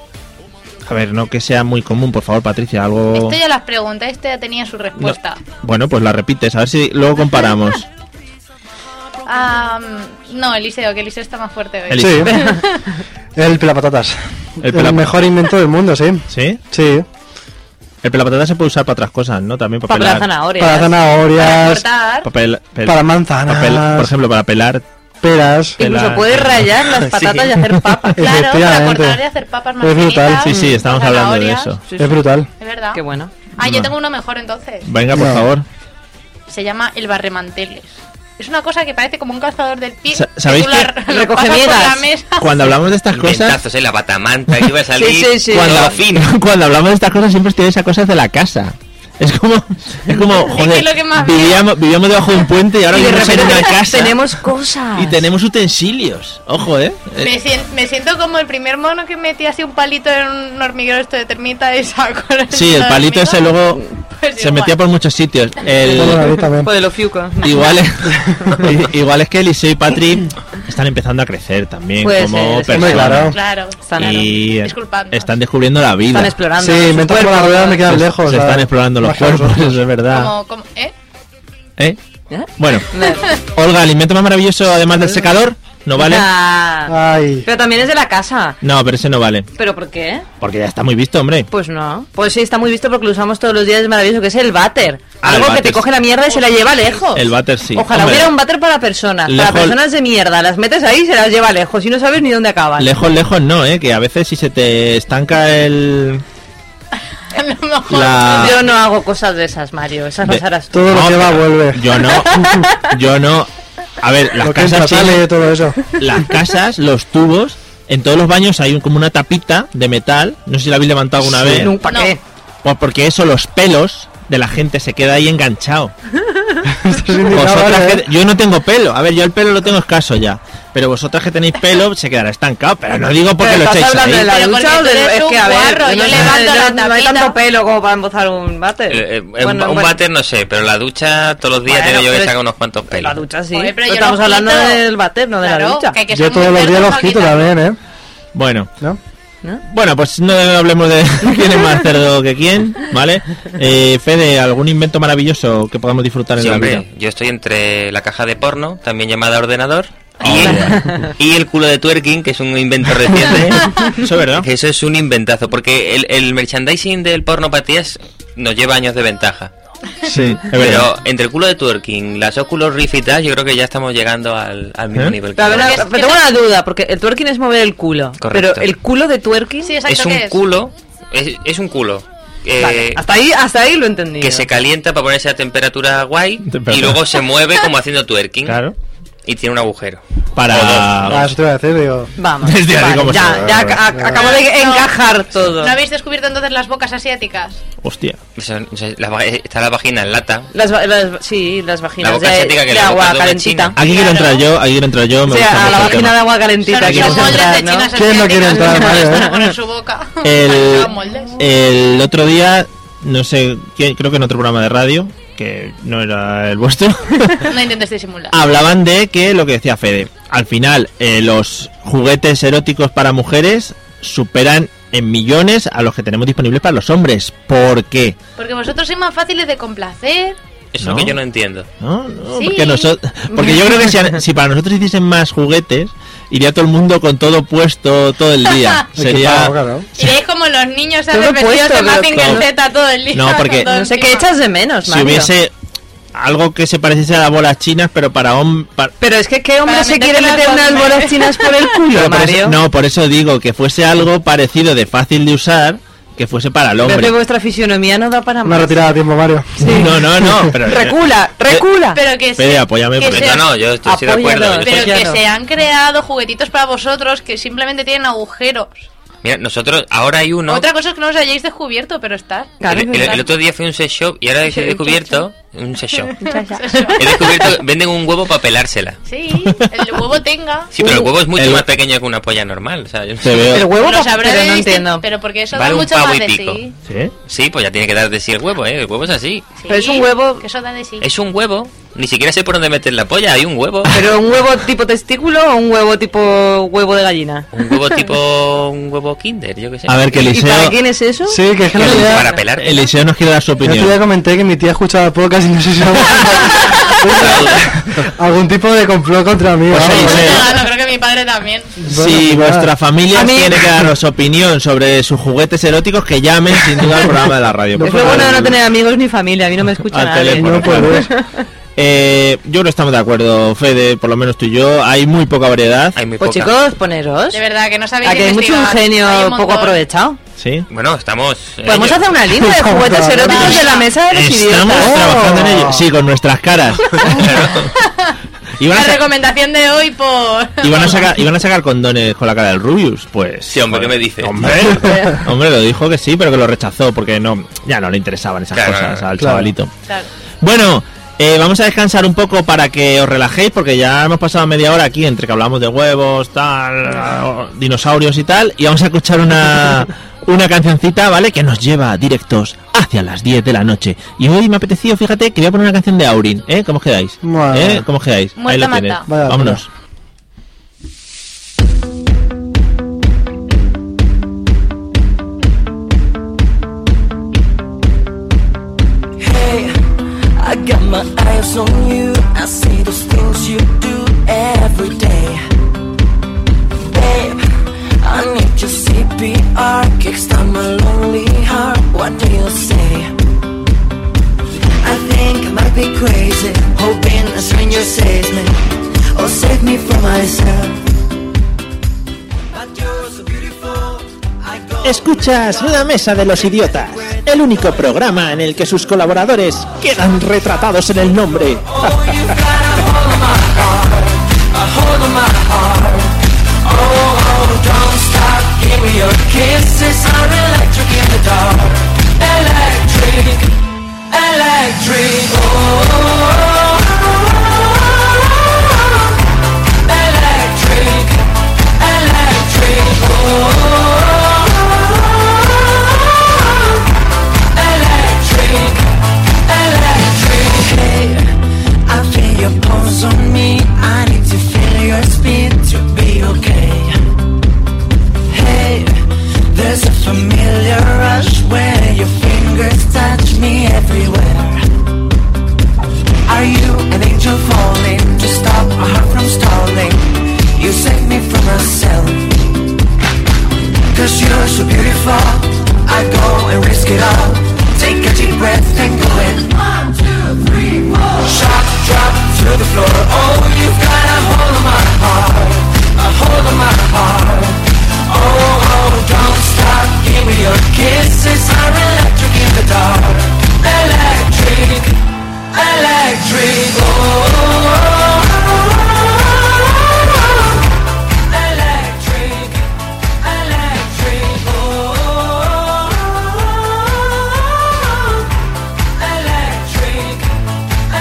D: a ver, no que sea muy común, por favor, Patricia, algo.
E: Esto ya las preguntas, este ya tenía su
D: No.
E: respuesta.
D: Bueno, pues la repites, a ver si luego comparamos.
E: Ah, no, Eliseo, que Eliseo está más fuerte hoy.
D: Eli-
G: Sí. El pelapatatas.
D: El
G: El,
D: pelapatatas.
G: mejor invento del mundo, sí.
D: ¿Sí?
G: Sí.
D: El pelapatata se puede usar para otras cosas, ¿no? También para,
F: Para las
D: pelar.
F: zanahorias.
G: Para zanahorias,
E: Cortar.
D: Papel- pel-
G: para manzanas,
D: papel- por ejemplo, para pelar.
G: peras.
D: pelar.
F: Incluso puedes rayar las patatas y hacer papas.
E: Claro, para
G: efectivamente.
E: cortar y hacer papas más
G: Es brutal.
E: finitas,
D: Sí, sí, estamos
E: con
D: hablando de
E: zanahorias.
D: eso.
G: Es brutal.
E: Es verdad.
F: Qué bueno.
E: Ah,
D: No.
E: yo tengo uno mejor entonces.
D: Venga, por
G: No.
D: favor.
E: Se llama el barremanteles. Es una cosa que parece como un cazador del pie.
D: Sa-
E: que
D: ¿sabéis
E: tú la-
D: qué?
E: lo
F: Recoge
E: pasas por la
F: migas.
E: mesa.
D: Cuando hablamos de estas cosas,
H: Inventazos, ¿eh? La batamanta que iba a salir.
F: Sí, sí, sí.
H: Cuando
D: cuando,
H: fino.
D: cuando hablamos de estas cosas siempre estoy a cosas de la casa. Es como, es como, joder,
E: lo que más
D: vivíamos, vivíamos debajo de un puente y ahora
F: Y de
D: vivimos en
F: repente
D: una casa
F: tenemos cosas.
D: y tenemos utensilios. Ojo, eh.
E: Me, sien- me siento como el primer mono que metía así un palito en un hormiguero esto de termita y sacó
D: Sí, el palito ese luego
E: Pues
D: se
E: igual.
D: metía por muchos sitios.
G: Bueno, a
D: El,
G: mí también.
F: Pues de los fiucos.
D: igual, es, igual es que Eliseo y Patri están empezando a crecer también
F: Puede
D: como
F: ser, Pues sí.
D: personas.
G: Hombre, claro.
E: Claro.
F: Están-
E: claro.
D: Y eh,
E: Disculpadnos.
D: están descubriendo la vida.
F: Están explorando.
G: Sí,
F: sus
G: inventos por las
F: cuerpos.
G: ruedas me quedan
D: Se-
G: lejos.
D: se
G: o sea,
D: están explorando los
G: más claros.
D: cuerpos, eso es verdad.
E: Como, como, ¿eh?
D: ¿Eh?
F: ¿Eh?
D: Bueno,
F: Me-
D: Olga, el invento más maravilloso además del secador. ¿No vale?
F: Ah,
G: Ay.
F: Pero también es de la casa.
D: No, pero ese no vale.
F: ¿Pero por qué?
D: Porque ya está muy visto, hombre.
F: Pues no. Pues sí, está muy visto porque lo usamos todos los días, es maravilloso, que es el váter.
D: Ah, el
F: Algo que
D: váter.
F: te coge la mierda y se la lleva lejos.
D: El váter sí.
F: Ojalá
D: Hombre,
F: hubiera un váter para personas.
D: Lejos-
F: Para personas de mierda. Las metes ahí y se las lleva lejos y no sabes ni dónde acaban.
D: Lejos, lejos no, ¿eh? Que a veces si se te estanca el...
E: A lo mejor.
D: La...
F: Yo no hago cosas de esas, Mario. Esas
D: Ve-
F: no harás tú.
G: Todo lo
D: No,
G: que va
D: pero-
G: vuelve.
D: Yo no. Yo no. A ver, las
G: Lo que entra
D: casas, tienen-
G: sale todo eso.
D: las casas, los tubos, en todos los baños hay un- como una tapita de metal. No sé si la habéis levantado alguna vez.
F: No, ¿Para
E: No.
F: qué?
D: Pues porque eso, los pelos de la gente se queda ahí enganchado.
G: Esto es indicador,
D: Vosotras
G: ¿eh?
D: que- yo no tengo pelo. A ver, yo el pelo lo tengo escaso ya. Pero vosotras que tenéis pelo se quedará estancado. Pero no digo porque
F: Pero
D: lo
F: estás
D: echéis
F: hablando
D: ahí.
F: de la
E: Pero
F: ducha o
E: porque tú
F: de-
E: eres
F: Es
E: un
F: que a ver,
E: guarro, yo
F: no,
E: levanto la
F: no- no hay
E: tapita.
F: tanto pelo como para embozar un váter.
H: Eh, eh, un
F: Bueno,
H: ba- un
F: bueno.
H: váter no sé, pero la ducha todos los días
F: Bueno,
H: tengo yo
F: pero
H: que
F: es-
H: sacar unos cuantos pelos.
F: La ducha sí.
E: Joder, pero yo
F: estamos
E: los
F: hablando
E: quito.
F: del váter, no de la
E: Claro,
F: ducha.
E: que hay que
G: Yo
E: ser
G: todos
E: muy
G: los días
E: cerdos
G: los
E: para
G: quito
E: quitar-
G: también, ¿eh?
D: Bueno.
G: ¿No?
D: Bueno, pues no hablemos de quién es más cerdo que quién, ¿vale? Eh, Fede, ¿algún invento maravilloso que podamos disfrutar en
H: Sí,
D: la vida?
H: hombre, yo estoy entre la caja de porno, también llamada ordenador,
F: Ah.
H: y, y el culo de twerking, que es un invento reciente.
D: Eso es verdad.
H: Que Eso es un inventazo, porque el, el merchandising del porno patías nos lleva años de ventaja.
D: Sí, es verdad.
H: Pero entre el culo de twerking, las Oculus Rift y tal, yo creo que ya estamos llegando al, al mismo
D: ¿Eh?
H: nivel. que
F: Pero, a ver,
H: ahora.
F: pero tengo una duda, porque el twerking es mover el culo.
H: Correcto.
F: Pero el culo de twerking.
E: Sí, exacto.
H: es un
E: ¿qué es?
H: culo, es, es un culo eh,
F: Vale, hasta ahí, hasta ahí lo entendí.
H: que se calienta para ponerse a temperatura guay y
D: Temperatura.
H: luego se mueve como haciendo twerking.
D: Claro.
H: Y tiene un agujero.
G: Ah,
D: Para...
G: eso te iba a decir, digo.
F: Vamos.
D: Desde ahí,
F: vale,
D: como
F: ya,
D: se-
F: ya ac- ac- acabo de encajar todo.
E: ¿No habéis descubierto entonces las bocas asiáticas?
D: Hostia.
H: Eso- eso- la va- está la vagina en lata.
F: Las, va- las- sí, las
H: La
F: vaginas
H: boca
F: de,
H: asiática
F: de
H: que le boca
F: agua
H: de una
F: calentita.
H: china.
D: Aquí quiero
E: Claro.
D: entrar yo, aquí quiero entrar yo.
F: O
D: Me
F: sea,
D: gusta
F: a la
D: mucho el
F: vagina
D: tema.
F: de agua calentita.
E: Son,
F: que
E: son
F: no
E: moldes
F: entras,
E: de
F: ¿no?
E: chinas
G: ¿Quién no quiere
E: asiáticas
G: entrar,
E: que
G: Mario,
E: están
G: eh?
E: con su boca.
D: El,
E: Son moldes.
D: el otro día, no sé, que- creo que en otro programa de radio, que no era el vuestro,
E: No intentes disimular.
D: hablaban de que lo que decía Fede, al final eh, los juguetes eróticos para mujeres superan en millones a los que tenemos disponibles para los hombres. ¿Por qué?
E: Porque vosotros sois más fáciles de complacer.
H: Eso
D: No.
H: que yo no entiendo.
D: ¿No? No,
E: Sí.
D: porque, noso- porque yo creo que si, a- si para nosotros hiciesen más juguetes, iría todo el mundo con todo puesto todo el día.
G: Equipado,
D: Sería...
G: claro.
E: Iréis como los niños a
F: Todo
E: vestidos
F: puesto,
E: de
F: pero
E: Mazinger
D: con-
E: Z todo el día.
D: No, porque-
E: todo
F: No sé qué
E: encima.
F: echas de menos,
D: Si
F: Mario.
D: hubiese algo que se pareciese a las bolas chinas, pero para hombres...
F: Pero es que qué hombre
E: Para
F: se quiere
E: metértelas
F: meter
E: por
F: unas
E: medio.
F: bolas chinas por el
D: Pero
F: culo,
D: por eso-
F: Mario.
D: no, por eso digo que fuese algo parecido de fácil de usar, que fuese para el
F: Pero que
D: hombre.
F: vuestra fisionomía no da para
G: Una
F: más.
G: retirada a tiempo, Mario.
D: No, no, no. Pero,
F: Recula, recula.
E: Pero que
D: Fede,
E: se-
D: apóyame,
E: que
D: porque
E: se-
H: No, no, yo estoy, estoy de
F: Apóyalo,
H: acuerdo. yo
E: Pero
H: estoy-
E: que
F: Claro.
E: se han creado juguetitos para vosotros que simplemente tienen agujeros.
H: Mira, nosotros, ahora hay uno.
E: Otra cosa es que no os hayáis descubierto, pero está.
F: Claro,
H: el, el- el otro día fui a un sex shop y ahora he descubierto. Un sex shop. He descubierto que venden un huevo para pelársela.
E: Sí, el huevo tenga.
H: Sí, pero el huevo es mucho
D: Uh, El-
H: más pequeño que una polla normal. o sea, yo no
D: Te
H: sé.
D: veo.
F: El huevo,
E: Los
F: pa-
E: habrá
F: pero
E: de
F: no
E: disti-
F: entiendo.
E: Pero porque eso
H: Vale
E: da
H: un
E: mucho
H: pavo
E: más
H: y
E: de
H: pico.
E: sí.
D: ¿Sí?
H: Sí, pues ya tiene que dar de sí el huevo, ¿eh? El huevo es así.
E: Sí,
F: Pero es un huevo-
E: Que eso da de sí.
H: Es un huevo. Ni siquiera sé por dónde meter la polla. Hay un huevo.
F: ¿Pero un huevo tipo testículo o un huevo tipo huevo de gallina?
H: Un huevo tipo. Un huevo Kinder, yo qué sé.
D: A ver, que
F: ¿Y para
D: Eliseo,
F: quién es eso?
G: Sí, que es que el
H: Para-
G: otro
H: Para
G: día,
H: pelar.
D: Eliseo nos quiere dar su
G: el otro día
D: opinión.
G: comenté que mi tía escuchaba el podcast y no sé si algún tipo de complot contra mí.
D: Pues
G: vamos.
D: ahí se-
E: Ah, no, creo que mi padre también.
D: Si
G: Bueno,
D: vuestra familia
F: A mí-
D: tiene que darnos opinión sobre sus juguetes eróticos, que llamen sin duda al programa de la radio. por
F: Es lo bueno de no
D: favor.
F: tener amigos ni familia, a mí no me escucha
D: Al
F: nadie.
D: teléfono.
G: No pues, puedes.
D: Eh, yo no estamos de acuerdo, Fede, por lo menos tú y yo. Hay muy poca variedad.
H: Hay muy
F: Pues
H: poca.
F: chicos, poneros.
E: De verdad, que no sabéis
F: Aquí hay mucho
E: investigar.
F: ingenio
E: Hay un
F: poco
E: montón.
F: aprovechado.
D: ¿Sí?
H: Bueno, estamos. eh,
F: Podemos
H: yo-
F: hacer una línea de juguetes
G: Vamos.
F: eróticos de la mesa de los
D: Estamos
F: idiotas.
D: trabajando en ello. Sí, con nuestras caras. y, van a
E: La
D: sa-
E: recomendación de hoy por.
D: y van a sacar, y van a sacar condones con la cara del Rubius. Pues.
H: Sí, hombre, ¿qué me dices?
D: Hombre, hombre, lo dijo que sí, pero que lo rechazó porque no, ya no le interesaban esas
H: Claro,
D: cosas
H: claro,
D: al
G: claro.
D: chavalito.
E: Claro.
D: Bueno, eh, vamos a descansar un poco para que os relajéis, porque ya hemos pasado media hora aquí entre que hablamos de huevos, tal, ah, dinosaurios y tal, y vamos a escuchar una, una cancioncita, ¿vale? Que nos lleva directos hacia las 10 de la noche. Y hoy me ha apetecido, fíjate, que voy a poner una canción de Aurin, ¿eh? ¿Cómo os quedáis?
G: Madre
D: ¿Eh?
G: mía.
D: ¿Cómo os quedáis? Ahí
E: Muerta
D: lo tienes.
E: mata.
G: Vaya,
D: Vámonos.
I: Hey, I got my eyes on you. I see those things you do every day.
H: PR kickstart my lonely heart. What do you say? I think I might be crazy, hoping a stranger saves me Oh, or save me from myself. But you're so beautiful. I go
C: Escuchas La Mesa de los Idiotas, el único programa en el que sus colaboradores quedan retratados en el nombre.
H: a hold of my heart. Oh, oh, don't stop. Give me your kisses. I'm electric in the dark. Electric, electric. Oh, oh, oh, oh. electric, electric. Oh, oh, oh. electric, electric. Hey. I feel your pulse on me. I need to feel your speed to be okay. Hey, there's a familiar rush where your fingers touch me everywhere. Are you an angel falling to stop a heart from stalling? You save me from myself. Cause you're so beautiful. I go and risk it all. Take a deep breath and go in. One, two, three, four. Shot, drop to the floor. Oh, you've got a hold of my heart. A hold of my heart. Oh, oh, don't stop. Give me your kisses. I'm electric in the dark. Electric, electric. Oh, oh, oh. electric. Electric, oh, electric,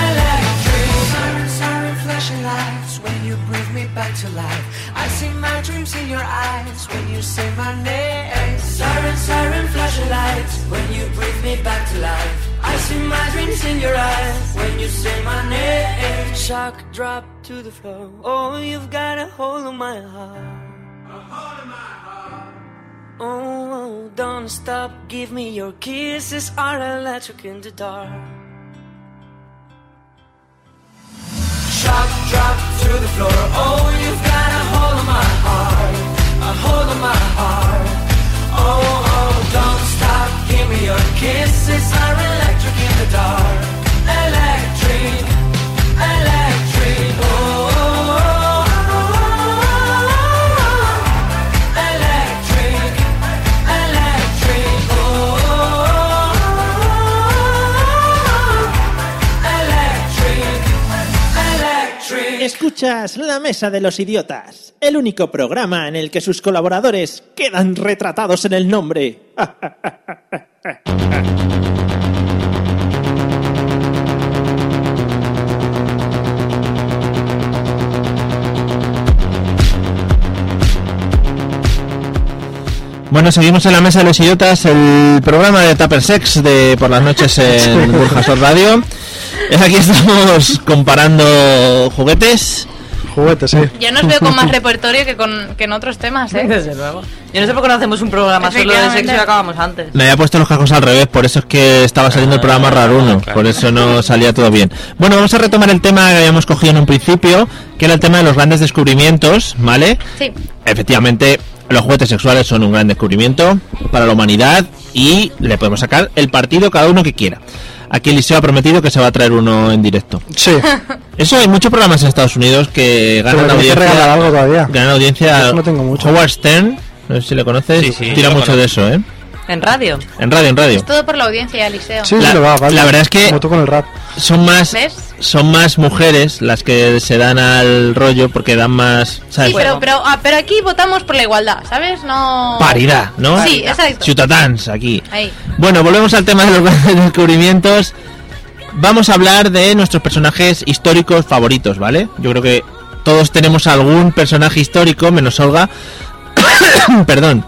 H: electric. Siren, siren, flashing lights. When you bring me back to life, I see my dreams in your eyes. When you say my name, siren, siren, flashing lights. When you bring me back to life, I see my dreams in your eyes. When you say my name, shock drop to the floor. Oh, you've got a hold on my heart. Oh, don't stop, give me your kisses are electric in the dark. Shock drop to the floor. Oh, you've got a hold on my heart, a hold on my heart. Oh, oh, don't stop, give me your kisses are electric in the dark. Electric, electric. Oh, electric. Electric, oh, electric, electric.
C: Escuchas La Mesa de los Idiotas, el único programa en el que sus colaboradores quedan retratados en el nombre.
D: Bueno, seguimos en la mesa de los idiotas, el programa de Tupper Sex de por las noches en Burjasor Radio. Aquí estamos comparando juguetes.
G: Juguetes, sí.
E: Yo nos veo con más repertorio que, con, que en otros temas, ¿eh?
F: Desde luego. Yo no sé por qué no hacemos un programa solo de sexo y
E: Efectivamente.
F: acabamos antes.
D: Me había puesto los cascos al revés, por eso es que estaba saliendo el
J: Ah,
D: programa raro uno, por eso no salía todo bien. Bueno, vamos a retomar el tema que habíamos cogido en un principio, que era el tema de los grandes descubrimientos, ¿vale?
E: Sí.
D: Efectivamente, los juguetes sexuales son un gran descubrimiento para la humanidad y le podemos sacar el partido cada uno que quiera. Aquí Eliseo ha prometido que se va a traer uno en directo.
G: Sí.
D: Eso hay muchos programas en Estados Unidos que ganan
G: Pero tienes que
D: audiencia.
G: regalar algo todavía.
D: Ganan audiencia.
G: Yo no tengo mucho.
D: Howard Stern, no sé si le conoces,
J: Sí, sí,
D: tira
J: lo
D: mucho
J: conozco.
D: de eso, ¿eh?
F: En radio.
D: En radio, en radio.
E: Todo por la audiencia, Eliseo.
G: Sí,
D: La-
G: se va, vale.
D: la verdad es que-
G: Como tú con el rap.
D: Son más,
E: ¿Ves?
D: son más mujeres las que se dan al rollo porque dan más, ¿sabes?
E: Sí, pero, pero, ah, pero aquí votamos por la igualdad, ¿sabes? No.
D: Paridad, ¿no?
E: Sí, exacto.
D: Ciutadans aquí.
E: Ahí.
D: Bueno, volvemos al tema de los grandes descubrimientos. Vamos a hablar de nuestros personajes históricos favoritos, ¿vale? Yo creo que todos tenemos algún personaje histórico, menos Olga, perdón,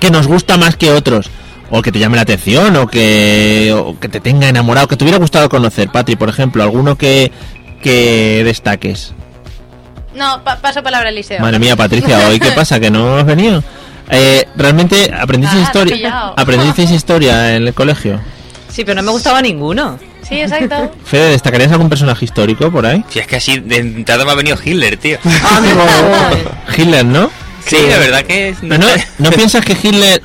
D: que nos gusta más que otros. O que te llame la atención, o que, o que te tenga enamorado, que te hubiera gustado conocer, Patri, por ejemplo, alguno que, que destaques.
E: No, pa- paso palabra, Eliseo.
D: Madre mía, Patricia, ¿hoy qué pasa? ¿Que no has venido? Eh, ¿Realmente aprendiste
E: Ah,
D: historia?
E: pillado.
D: ¿Aprendisteis historia en el colegio?
F: Sí, pero no me gustaba ninguno.
E: Sí, exacto.
D: Fede, ¿destacarías algún personaje histórico por ahí?
J: Si es que así de entrada me ha venido Hitler, tío.
G: Amigo.
D: Hitler, ¿no?
H: Sí, la verdad que es-
D: Pero no, no piensas que Hitler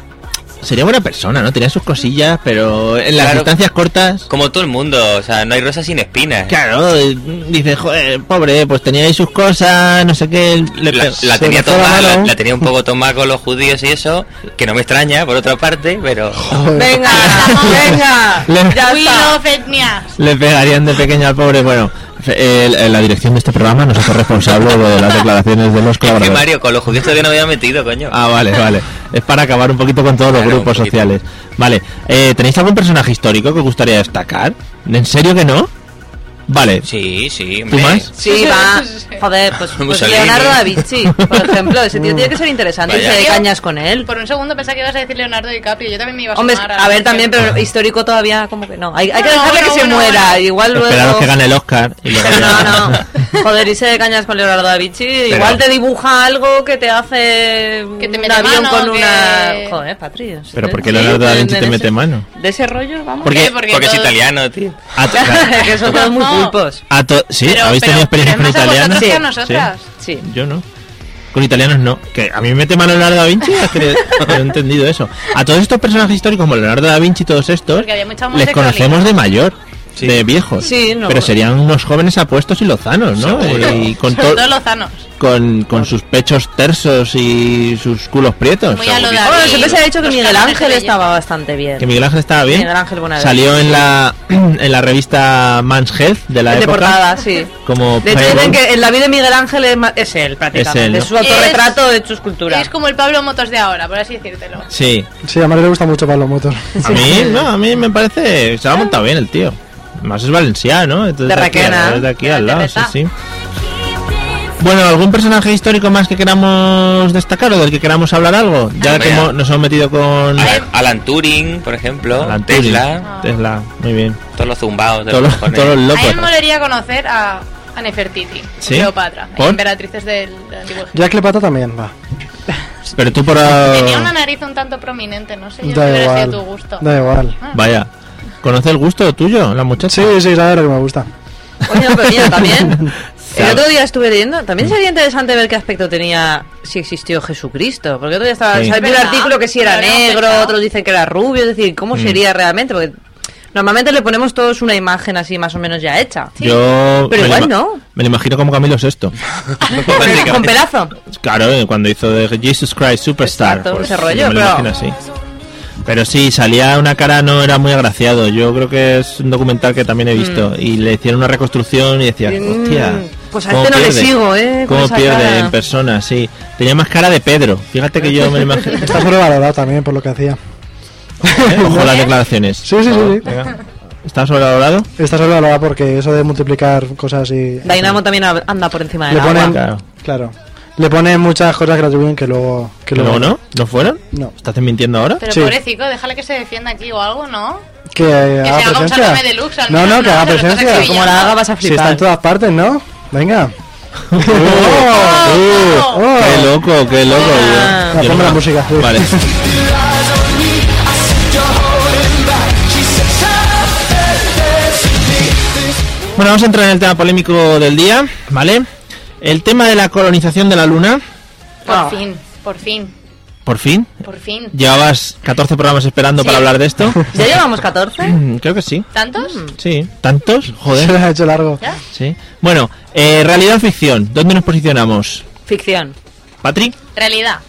D: sería buena persona, ¿no? Tenía sus cosillas, pero en las
H: Claro.
D: distancias cortas.
H: Como todo el mundo, o sea, no hay rosas sin espinas.
D: Claro, eh, dice, joder, pobre, pues tenía ahí sus cosas, no sé qué. le
H: La,
D: pe-
H: la
D: se
H: tenía
D: le fue la
H: tomada, la,
D: mano.
H: la tenía un poco tomada con los judíos y eso, que no me extraña, por otra parte, pero...
D: Oh,
F: Venga, venga.
D: Le-
F: Ya
E: We
F: está.
E: love etnias.
D: Le pegarían de pequeño al pobre. Bueno, fe- el- el- la dirección de este programa nos hace responsable de las declaraciones de los
H: Es que
D: colaboradores.
H: Mario, con los judíos todavía no me había metido, coño.
D: Ah, vale, vale. Es para acabar un poquito con todos los
H: Claro, un
D: grupos
H: poquito.
D: sociales. Vale, eh, ¿tenéis algún personaje histórico que os gustaría destacar? ¿En serio que no? Vale.
H: Sí, sí.
D: ¿Tú
H: hombre.
D: más?
F: Sí, va. Joder, pues, pues
H: Mussolini.
F: Leonardo da Vinci, por ejemplo. Ese tío tiene que ser interesante y
H: Vaya.
F: se dé cañas con él.
E: Por un segundo pensaba que ibas a decir Leonardo DiCaprio. Yo también me iba a
F: Hombre,
E: sumar
F: a ver también, pero histórico todavía como que no. Hay, hay que dejarle
E: Bueno,
F: que se
E: bueno,
F: muera.
E: bueno.
F: Igual
D: Esperaros
F: luego...
D: que gane el Oscar. y luego
F: Pero
D: ya-
F: no, no. Joder, irse de cañas con Leonardo da Vinci. Igual te dibuja algo que te hace
E: Que te
F: un
E: mete
F: avión
E: mano,
F: con una.
E: que-
F: Joder, Patrio. sí,
D: Pero ¿por qué
F: sí,
D: Leonardo da
F: de-
D: Vinci
F: de
D: te
F: ese-
D: mete mano?
F: De ese rollo, vamos.
D: Porque-
E: Eh, porque
H: Porque es
E: todo-
H: italiano, tío.
D: A,
F: que son todos muy pulpos.
D: a to- ¿Sí?
E: Pero-
D: ¿Habéis
E: pero-
D: tenido experiencias
E: pero
D: con
E: es más a
D: italianos?
E: vosotros que a nosotras.
F: Sí.
D: Yo no. Con italianos no. Que a mí me mete mano Leonardo da Vinci, es que no he entendido eso. A todos estos personajes históricos como Leonardo da Vinci y todos estos,
E: Porque había mucha
D: les conocemos de mayor. De viejos,
F: Sí, no.
D: pero serían unos jóvenes apuestos y lozanos, ¿no?
H: Seguro.
D: Y con, to-
E: Sobre todo lozanos.
D: con, con sus pechos tersos y sus culos prietos.
E: Muy a lo
H: seguro.
E: David.
F: Bueno, siempre se ha dicho que
E: Los
F: Miguel
E: cánones de
F: Ángel
E: belleza.
F: estaba bastante bien.
D: Que Miguel Ángel estaba bien.
F: Miguel Ángel Bonadeo.
D: Salió en la en la revista Man's Health de la
F: de
D: época.
F: portada, sí.
D: Como
F: De hecho,
D: Playboy.
F: dicen que en la vida de Miguel Ángel es, ma- es él, prácticamente.
D: Es
F: Es, su
D: él, ¿no?
F: autorretrato, es su escultura.
E: Es como el Pablo Motos de ahora, por así decírtelo.
D: Sí.
G: Sí, a Mario le gusta mucho Pablo Motor.
D: A mí, no, a mí me parece. Se lo ha montado bien el tío. Más es valenciano, ¿eh? entonces.
F: De
D: aquí,
F: Requena.
D: es de aquí
F: De
D: al lado, sí,
F: Requeta.
D: sí. Bueno, ¿algún personaje histórico más que queramos destacar o del que queramos hablar algo? Ya que
H: Venga.
D: hemos- nos hemos metido con.
H: Alan, Alan Turing, por ejemplo.
D: Alan Turing.
H: Tesla.
D: Tesla, muy bien.
H: Todos los zumbados. de
D: Todos los,
H: cojones.
D: todos los
E: A mí
D: locos.
E: me molería conocer a, a Nefertiti,
D: ¿Sí?
E: Cleopatra,
D: ¿Por?
E: emperatrices del, del antiguo Egipto.
G: Ya Clepata también, va.
D: Pero tú por.
E: Tenía una nariz un tanto prominente, no sé yo si
G: Da
E: hubiera sido
G: igual.
E: tu gusto.
G: Da igual.
D: Vaya. ¿Conoce el gusto tuyo, la muchacha?
G: Sí, sí, sabe lo que me gusta.
F: Oye, pero mira, también. El otro día estuve leyendo.
G: Mm.
F: También sería interesante ver qué aspecto tenía si existió Jesucristo. Porque otro día estaba.
D: Sí.
F: o sea, había
E: ¿Verdad?
F: un artículo que si era
E: Lo habíamos
F: negro,
E: pensado.
F: otros dicen que era rubio. Es decir,
G: Mm.
F: ¿cómo sería realmente? Porque normalmente le ponemos todos una imagen así, más o menos ya hecha.
D: Yo.
F: Pero
D: me lo
F: igual
D: ima-
F: no.
D: Me lo imagino como Camilo Sexto.
G: Pues
F: Con, con pelazo.
D: Claro, eh, cuando hizo de Jesus Christ Superstar. pues,
F: Exacto, ese
D: yo
F: rollo,
D: me lo
F: pero-
D: imagino así. Pero sí, salía una cara, no era muy agraciado. Yo creo que es un documental que también he visto. Y le hicieron una reconstrucción y decía,
F: Mm,
D: hostia.
F: pues a
D: ¿cómo
F: este no le sigo, eh, con
D: ¿Cómo
F: esa
D: pierde
F: cara?"
D: en persona? Sí. Tenía más cara de Pedro. Fíjate que yo me lo imagino.
G: Está sobrevalorado también por lo que hacía.
D: Eh, Ojo a las declaraciones.
G: Sí, sí, sí, sí.
D: Venga. ¿Está sobrevalorado?
G: Está sobrevalorado porque eso de multiplicar cosas y...
F: Dynamo también ab- anda por encima de
G: Le
F: la
G: ponen...
D: Claro.
G: Claro. Le ponen muchas cosas que le atribuyen que luego... Que
D: ¿Que luego no? ¿No fueron?
G: No.
D: ¿Estás mintiendo ahora?
E: Pero
G: Sí.
E: pobrecito, déjale que se defienda aquí o algo, ¿no?
G: Que, eh, haga
E: haga un
G: presencia.
E: salame deluxe, al
G: no,
E: menos,
G: no, que
E: ¿no?
G: haga
E: Pero estás
G: presencia.
E: aquí
F: Como la haga vas a
G: Si está en
F: flipar.
G: todas partes, ¿no? Venga.
D: ¡Oh! ¡Qué loco, qué loco!
F: Ah.
D: Yo- yo
G: Ponme
D: no-
G: la música.
D: Vale. Bueno, vamos a entrar en el tema polémico del día, ¿vale? El tema de la colonización de la luna,
E: Por
F: Ah.
E: fin, por fin,
D: por fin.
E: por fin.
D: Llevabas 14 programas esperando
E: Sí.
D: para hablar de esto.
F: ¿Ya llevamos 14?
D: Mm, Creo que sí.
E: ¿Tantos?
F: Mm.
D: Sí. ¿Tantos?
G: Se
D: Joder.
G: les ha hecho largo.
D: Sí. Bueno, eh, realidad o ficción, ¿dónde nos posicionamos?
F: Ficción.
D: ¿Patrick?
E: Realidad.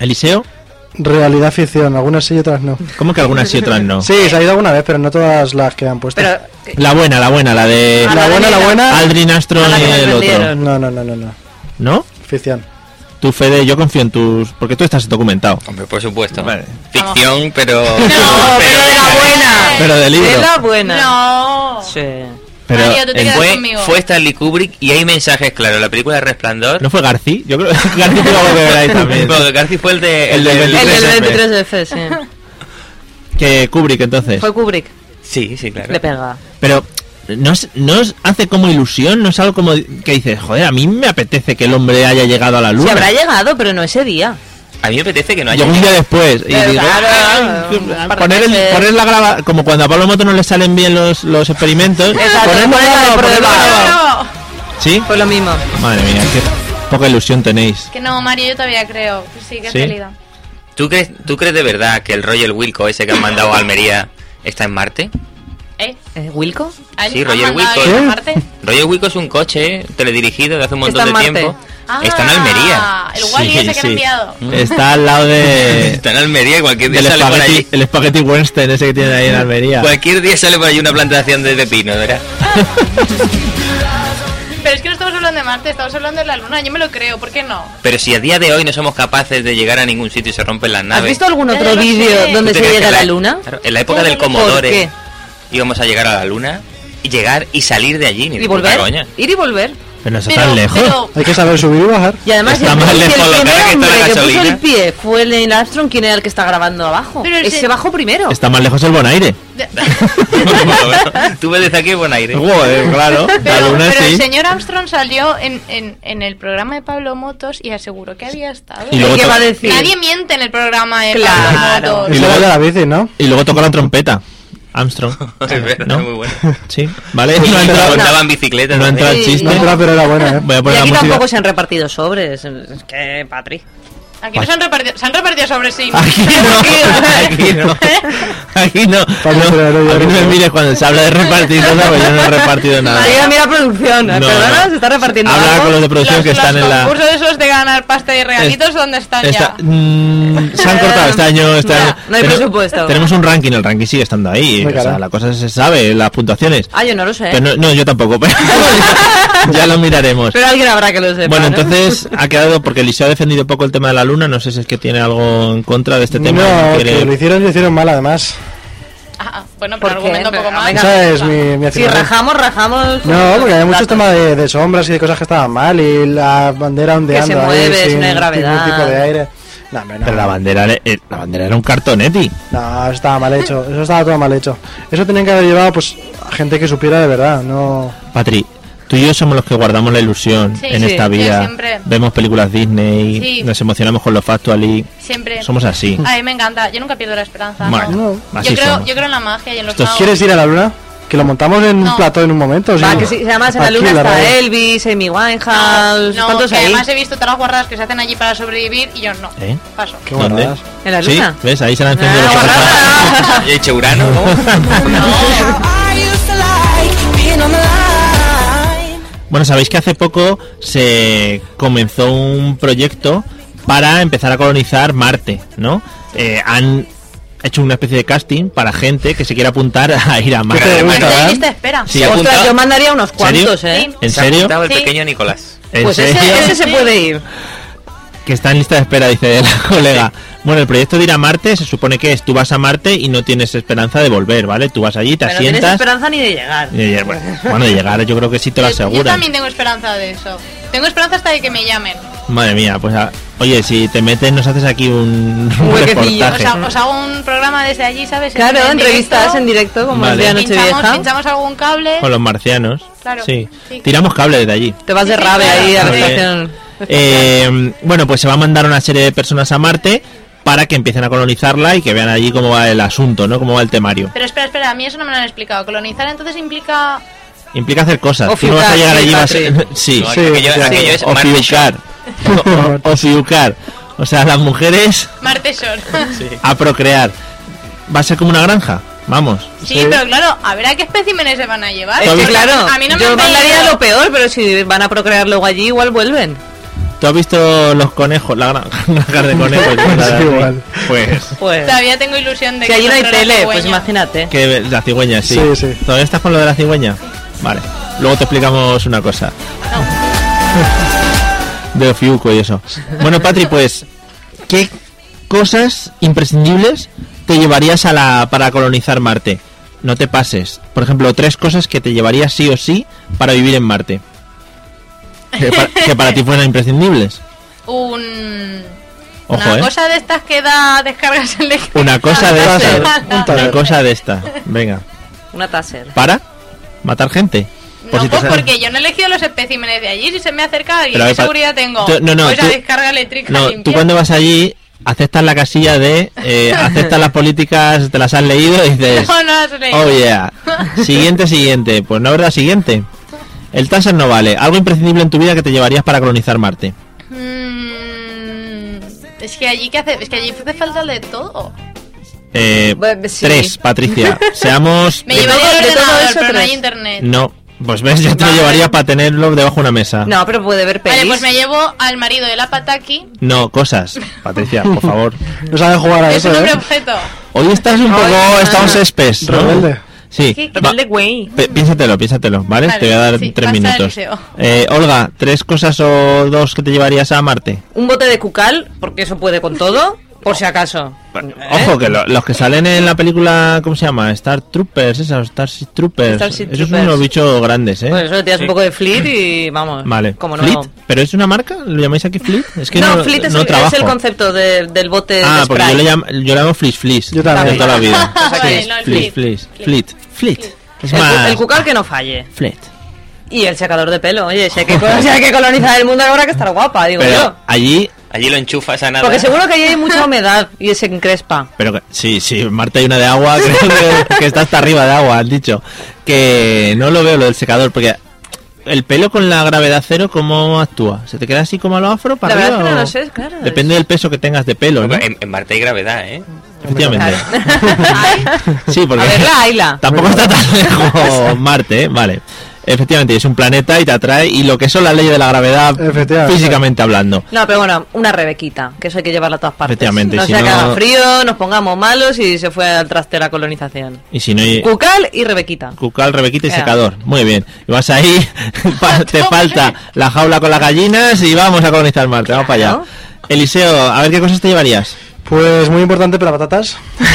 D: ¿Eliseo?
G: Realidad ficción. Algunas sí y otras no.
D: ¿Cómo que algunas y otras no?
G: Sí, se ha ido alguna vez, pero no todas las que han puesto.
F: Pero.
D: La buena, la buena, la de...
F: A
G: Ah, la buena, la buena...
D: Aldrin Astron
F: A la
D: y
F: que nos
D: el otro.
F: vendieron.
G: No, no, no, no, no.
D: ¿No?
G: Ficción.
D: Tú, Fede, yo confío en tus... Porque tú estás documentado.
H: Hombre, por supuesto.
D: Vale.
F: Eh,
H: Ficción, pero...
F: No, pero de la buena.
D: Pero de libro.
F: De la buena.
E: No.
F: Sí.
D: Pero
E: Mario, tú te
D: en-
E: quedas
H: Fue,
E: conmigo.
H: fue Stanley Kubrick y hay mensajes claros. La película de Resplandor...
D: ¿No fue Garci? Yo creo que Garci tuvo algo que ver ahí también.
H: Bueno, Garci fue el de...
D: El del
F: El del
D: 23F.
F: 23F, sí.
D: Que Kubrick, entonces.
F: Fue Kubrick.
H: Sí, sí, claro.
F: Le pega.
D: Pero no os, no os hace como ilusión, no es algo como que dices, joder, a mí me apetece que el hombre haya llegado a la
F: Se
D: luna.
F: habrá llegado, pero no ese día.
H: A mí me apetece que no haya...
D: Llegó un día después y
F: Pero
D: digo,
F: claro,
D: "Ah,
F: un par de
D: poner, el-
F: veces".
D: poner la graba, como cuando a Pablo Moto no le salen bien los, los experimentos,
F: Exacto,
D: ponerlo
F: ponerla de
D: grabado, ponerlo
F: prueba.
D: grabado. ¿Sí?
F: Fue Pues lo mismo.
D: Madre mía, qué- Poca ilusión tenéis.
E: Que no, Mario, yo todavía creo. que Sí, que es
D: ¿Sí?
E: realidad.
H: ¿Tú crees, ¿Tú crees de verdad que el Roger Wilco ese que han mandado a Almería está en Marte?
E: ¿Eh?
F: ¿Eh, ¿Wilco?
E: ¿Hay-
H: Sí,
E: han
H: Roger
E: mandado
H: Wilco.
E: a alguien
H: ¿Eh?
E: a Marte?
H: Roger Wilco es un coche teledirigido de hace un
F: Está
H: montón de
F: en Marte.
H: tiempo.
E: Ah,
H: está en Almería.
E: El Wally
D: Sí,
E: ese que han
D: sí. Mm.
E: enviado.
D: Está al lado de.
H: Está en Almería, cualquier día
D: Eh, del
H: sale por
D: espagueti,
H: allí. Mm. Pues,
D: el espagueti Weinstein ese que tienen ahí en Almería.
H: Cualquier día sale por allí una plantación de pepino, ¿verdad?
E: Pero es que no estamos hablando de Marte, estamos hablando de la Luna. Yo me lo creo, ¿por qué no?
H: Pero si a día de hoy no somos capaces de llegar a ningún sitio y se rompen las
F: ¿Has
H: naves.
F: visto algún
E: Ya
F: otro
E: lo sé.
F: vídeo donde
H: ¿Tú te
F: se
H: crees
F: llega
H: que
F: a la
H: la-
F: luna?
H: claro, en la época
F: ¿Por
H: del
F: qué?
H: Commodore íbamos a llegar a la luna y llegar y salir de allí. ni
F: ¿Y
H: puta
F: volver?
H: coña.
F: Ir y volver.
D: Pero no está
E: Pero-
D: tan lejos.
E: pero-
G: Hay que saber subir y bajar.
F: Y además,
D: Está
F: el-
D: más
F: si el
D: lejos lo
F: primer
H: cara que está la
F: hombre que puso
H: gasolina.
F: el pie fue el Neil Armstrong, ¿quién era el que está grabando abajo?
E: Pero
F: Ese
E: si-
F: bajó primero.
D: Está más lejos el Bonaire.
H: Tú ves desde aquí buen aire.
D: Joder, claro. La
E: Pero,
D: luna
E: pero el
D: sí.
E: señor Armstrong salió en, en, en el programa de Pablo Motos y aseguró que había estado.
D: Y luego
F: ¿Qué
D: to-
F: va a decir?
E: Nadie miente en el programa de
F: Claro.
E: Pablo
G: Y
D: Y
E: Motos.
G: luego
D: luego-
G: ya la bici, ¿no?
D: Y luego tocó la trompeta. Armstrong.
H: Es verdad,
D: ¿No?
H: muy bueno.
D: Sí. Vale.
H: Y
D: No
H: cuando
D: entra,
H: andaba en bicicleta.
D: no
H: también.
D: entra el
F: Sí.
D: chiste.
G: No entraba, pero era buena, ¿eh?
D: Voy a
F: Y
D: poner la
F: aquí
D: música.
F: tampoco se han repartido sobres. Es que, Patri.
E: Aquí no se han repartido, se han repartido sobre sí.
D: Aquí no, aquí no, aquí no,
G: Pablo Ferrero,
D: no,
G: yo
D: a mí no me
G: creo.
D: mires cuando se habla de repartir cosas, pues yo no he repartido nada.
F: María, mira producción.
D: No,
F: Perdona,
D: no.
F: se está repartiendo
D: Habla
F: algo.
D: con los de producción
E: los,
D: que están
E: los
D: en la...
E: concursos esos de ganar pasta y regalitos,
D: Es-
E: ¿dónde están
D: Está-
E: ya?
D: mm, se han cortado este año. Este
F: Ya,
D: año.
F: no hay
D: Pero
F: presupuesto.
D: Tenemos un ranking, el ranking sigue estando ahí.
G: Muy
D: o sea,
G: caro.
D: la cosa se sabe, las puntuaciones.
F: Ah, yo no lo sé.
D: Pero Pues no, no, yo tampoco, pero ya, ya lo miraremos.
F: Pero alguien habrá que lo sepa.
D: Bueno,
F: ¿no?
D: entonces ha quedado, porque Eliseo ha defendido poco el tema de la luna, no sé si es que tiene algo en contra de este tema.
G: No,
D: quiere-
G: que lo hicieron y lo hicieron mal, además.
E: Ah, ah, bueno,
F: ¿Por
E: pero argumento un
F: qué? Ah,
E: poco más.
F: Venga,
G: Esa es mi, mi
F: Si
G: afirmación.
F: rajamos, rajamos.
G: No, porque había muchos
F: Plato.
G: temas de, de sombras y de cosas que estaban mal y la bandera ondeando.
F: se
G: ahí
F: mueve, si no hay
G: sin
F: gravedad.
G: Ningún tipo de aire. No, hombre, no.
D: Pero la bandera, le- eh, la bandera era un cartoneti.
G: No, eso estaba mal hecho. Eso estaba todo mal hecho. Eso tenían que haber llevado pues a gente que supiera de verdad, no.
D: Patri, tú y yo somos los que guardamos la ilusión
E: Sí,
D: en
E: sí,
D: esta
E: yo
D: vida.
E: siempre.
D: Vemos películas Disney,
E: Sí.
D: nos emocionamos con lo factual y
E: Siempre.
D: somos así.
E: Ay, me encanta. Yo nunca pierdo la esperanza.
D: Bueno,
E: ¿no?
D: así
E: yo, creo,
D: somos.
E: yo creo en la magia y en los
D: Estos-
E: magos.
G: ¿Quieres ir a la luna? Que lo montamos en
E: No.
G: un plató en un momento.
F: Va,
G: sí.
F: que sí, además en la
G: Aquí
F: luna
G: radio.
F: está Elvis, Amy Winehouse,
E: No,
F: ¿cuántos
E: que
F: hay?
E: además he visto todas las guarradas que se hacen allí para sobrevivir y yo no.
D: ¿Eh?
E: Paso.
G: Qué guarradas.
F: ¿En la
D: Sí,
F: luna?
D: ¿ves? Ahí se la enciende
F: Ah,
D: los
F: guarrada.
D: ojos.
H: Y eche Urano, ¿no?
D: Bueno, sabéis que hace poco se comenzó un proyecto para empezar a colonizar Marte, ¿no? Eh, han hecho una especie de casting para gente que se quiera apuntar a ir a Marte.
H: te
E: Bueno,
H: gusta,
E: ahí está, espera.
D: ¿Ah? Sí,
H: ¿Te ha
F: Ostras,
H: apuntado?
F: yo mandaría unos
D: serio?
F: cuantos, ¿eh?
D: ¿En
H: Se ha
D: serio?
H: apuntado el
E: Sí.
H: pequeño Nicolás.
D: ¿En
F: Pues
D: serio?
F: ese, ese se puede ir.
D: Que está en lista de espera, dice la colega. Bueno, el proyecto de ir a Marte se supone que es tú vas a Marte y no tienes esperanza de volver, ¿vale? Tú vas allí, te
F: Pero no tienes
D: asientas.
F: esperanza ni de llegar.
D: y- y- bueno, bueno, de llegar yo creo que sí te lo
E: Yo- Yo,
D: aseguran.
E: también tengo esperanza de eso. Tengo esperanza hasta de que me llamen.
D: Madre mía, pues a- oye, si te metes nos haces aquí un, un
F: huequecillo,
D: reportaje.
E: Os, ha- os hago un programa desde allí, ¿sabes?
F: Ah, Claro,
E: En- en
F: entrevistas en directo, como el
D: Vale.
F: día
E: Pinchamos,
F: Nochevieja.
E: pinchamos algún cable.
D: Con los marcianos.
E: Claro,
D: Sí.
E: sí.
D: Tiramos cable desde allí.
F: Te vas de
E: Sí, sí,
F: rave
E: claro.
F: ahí a la
D: Porque,
F: estación.
D: eh, bueno, pues se va a mandar una serie de personas a Marte para que empiecen a colonizarla y que vean allí cómo va el asunto, ¿no? Cómo va el temario.
E: Pero espera, espera, a mí eso no me lo han explicado. Colonizar entonces implica.
D: Implica hacer cosas.
F: O
D: Tú no vas a
F: fiucar,
D: llegar
F: sí,
D: allí vas
F: Patri.
D: Sí.
H: No,
G: Sí,
H: aquello,
G: sí.
H: aquello es
D: o
H: Marte
D: fiucar.
H: Shock.
D: O fiucar. O sea, las mujeres
E: Martesor.
D: a procrear. Va a ser como una granja. Vamos.
E: Sí, pero claro, a ver a qué especímenes se van a llevar.
F: Es que, Pues claro,
E: a mí no me
F: yo
E: han
F: mandaría
E: pedido-
F: lo peor, pero si van a procrear luego allí, igual vuelven.
D: ¿Tú has visto los conejos? La gran- granja de conejos.
G: Es igual.
D: Pues.
F: Pues,
E: Todavía tengo ilusión de
F: si
E: que.
F: allí no hay
E: encontrara
F: tele, pues
E: cigüeña.
F: imagínate.
D: Que la cigüeña, sí.
G: Sí, sí.
D: ¿Todavía estás con lo de la cigüeña? Vale. Luego te explicamos una cosa. De Ofiuco y eso. Bueno, Patri, pues, ¿qué cosas imprescindibles te llevarías a la, para colonizar Marte? No te pases. Por ejemplo, tres cosas que te llevarías sí o sí para vivir en Marte. Que, pa- que para ti fueran imprescindibles.
E: Un.
D: Ojo,
E: una
D: ¿eh?
E: cosa Ah, de estas que da descargas eléctricas.
D: Una cosa de
G: taser,
D: esta.
G: un
D: Una
G: taser.
D: cosa de esta. Venga.
F: Una taser.
D: ¿Para? ¿Matar gente?
E: No,
D: Por si te
E: pues
D: sale-
E: porque yo no he elegido los especímenes de allí. Si se me acerca alguien,
D: Pero,
E: ¿qué
D: eh, pa-
E: seguridad tengo?
D: tú- no, no,
E: pues
D: tú-
E: la descarga eléctrica
D: No,
E: limpia.
D: tú cuando vas allí aceptas la casilla de eh, aceptas las políticas, te las has leído y dices,
E: No, no, has leído.
D: oh yeah, siguiente, siguiente, pues no habrá siguiente. El Taser no vale. Algo imprescindible en tu vida que te llevarías para colonizar Marte.
E: Mm, es que allí que hace, es que allí hace falta de todo.
D: Eh,
F: Bueno, sí.
D: Tres, Patricia. Seamos.
E: pues Me
D: eh,
E: llevaría
F: todo-
E: el
F: de todo
E: ordenador,
F: eso,
E: pero no hay
F: tres.
E: internet.
D: No. Pues ves, ya te lo
F: Vale.
D: llevaría para tenerlo debajo de una mesa.
F: No, pero puede ver pelis.
E: Vale, pues me llevo al marido de la Pataki.
D: No, cosas. Patricia, por favor.
G: No sabes jugar a
E: Es
D: pues,
G: eso,
E: un hombre
G: ¿eh?
E: objeto.
D: Hoy estás un
F: Ay,
D: poco.
F: mamá.
D: Estamos espes. ¿no?
G: Rebelde.
D: Sí.
E: Qué-
D: Va,
F: güey.
D: pi- piénsatelo, piénsatelo, ¿vale?
E: Vale,
D: Te voy a dar
E: sí,
D: tres
E: basta de
D: minutos.
E: liceo.
D: Eh, Olga, ¿tres cosas o dos que te llevarías a Marte?
F: Un bote de cucal, porque eso puede con todo, por si acaso.
G: Eh.
D: Ojo, que lo- los que salen en la película, ¿cómo se llama? Star Troopers, esa, Starship Troopers.
F: Starship
D: Esos son
F: Troopers.
D: unos bichos grandes, ¿eh?
F: Pues eso le tiras un poco de flit y vamos.
D: Vale.
F: Como
D: ¿Fleet?
F: no.
D: ¿Pero es una marca? ¿Lo llamáis aquí Fleet? Es que no,
F: no, flit es,
D: no
F: el, es
D: trabajo.
F: el concepto de- del bote
D: Ah,
F: de
D: porque
F: spray.
D: yo le llamo, yo le llamo Fleet Fleet.
G: Yo también.
D: De toda la vida.
E: Vale, no, el
D: Fleet, Fleet, Fleet, Fleet. Es
F: el, cu-
D: más...
F: el cucal que no falle.
D: Fleet.
F: Y el secador de pelo. Oye, si hay que, co- si hay que colonizar el mundo ahora que estar guapa, digo
D: Pero allí...
H: Allí lo enchufas a
F: yo.
H: nada.
F: Porque seguro que ahí hay mucha humedad y se encrespa.
D: Pero que- sí, sí, en Marte hay una de agua creo que, que está hasta arriba de agua, han dicho. Que no lo veo lo del secador, porque el pelo con la gravedad cero, ¿cómo actúa? ¿Se te queda así como a lo afro para
F: La verdad
D: arriba?
F: es que no
D: o-
F: lo sé, claro.
D: Depende del peso que tengas de pelo, ¿no?
H: En, en Marte hay gravedad, ¿eh?
D: Efectivamente.
F: Ay,
D: Sí,
F: A
D: porque
F: ver, la Ayla.
D: tampoco está tan lejos Marte, ¿eh? Vale. Efectivamente, es un planeta y te atrae, y lo que son las leyes de la gravedad,
G: Efectivamente.
D: físicamente hablando.
F: No, pero bueno, una rebequita, que eso hay que llevarla a todas partes.
D: Efectivamente,
F: no
D: si
F: sea que
D: no-
F: haga frío, nos pongamos malos y se fue al traste la colonización.
D: Y si no hay...
F: Cucal y rebequita.
D: Cucal, rebequita y
F: Venga.
D: secador. Muy bien. Y vas ahí, pa- te falta la jaula con las gallinas y vamos a colonizar Marte. Vamos para allá.
F: Claro.
D: Eliseo, a ver qué cosas te llevarías.
G: Pues muy importante para patatas.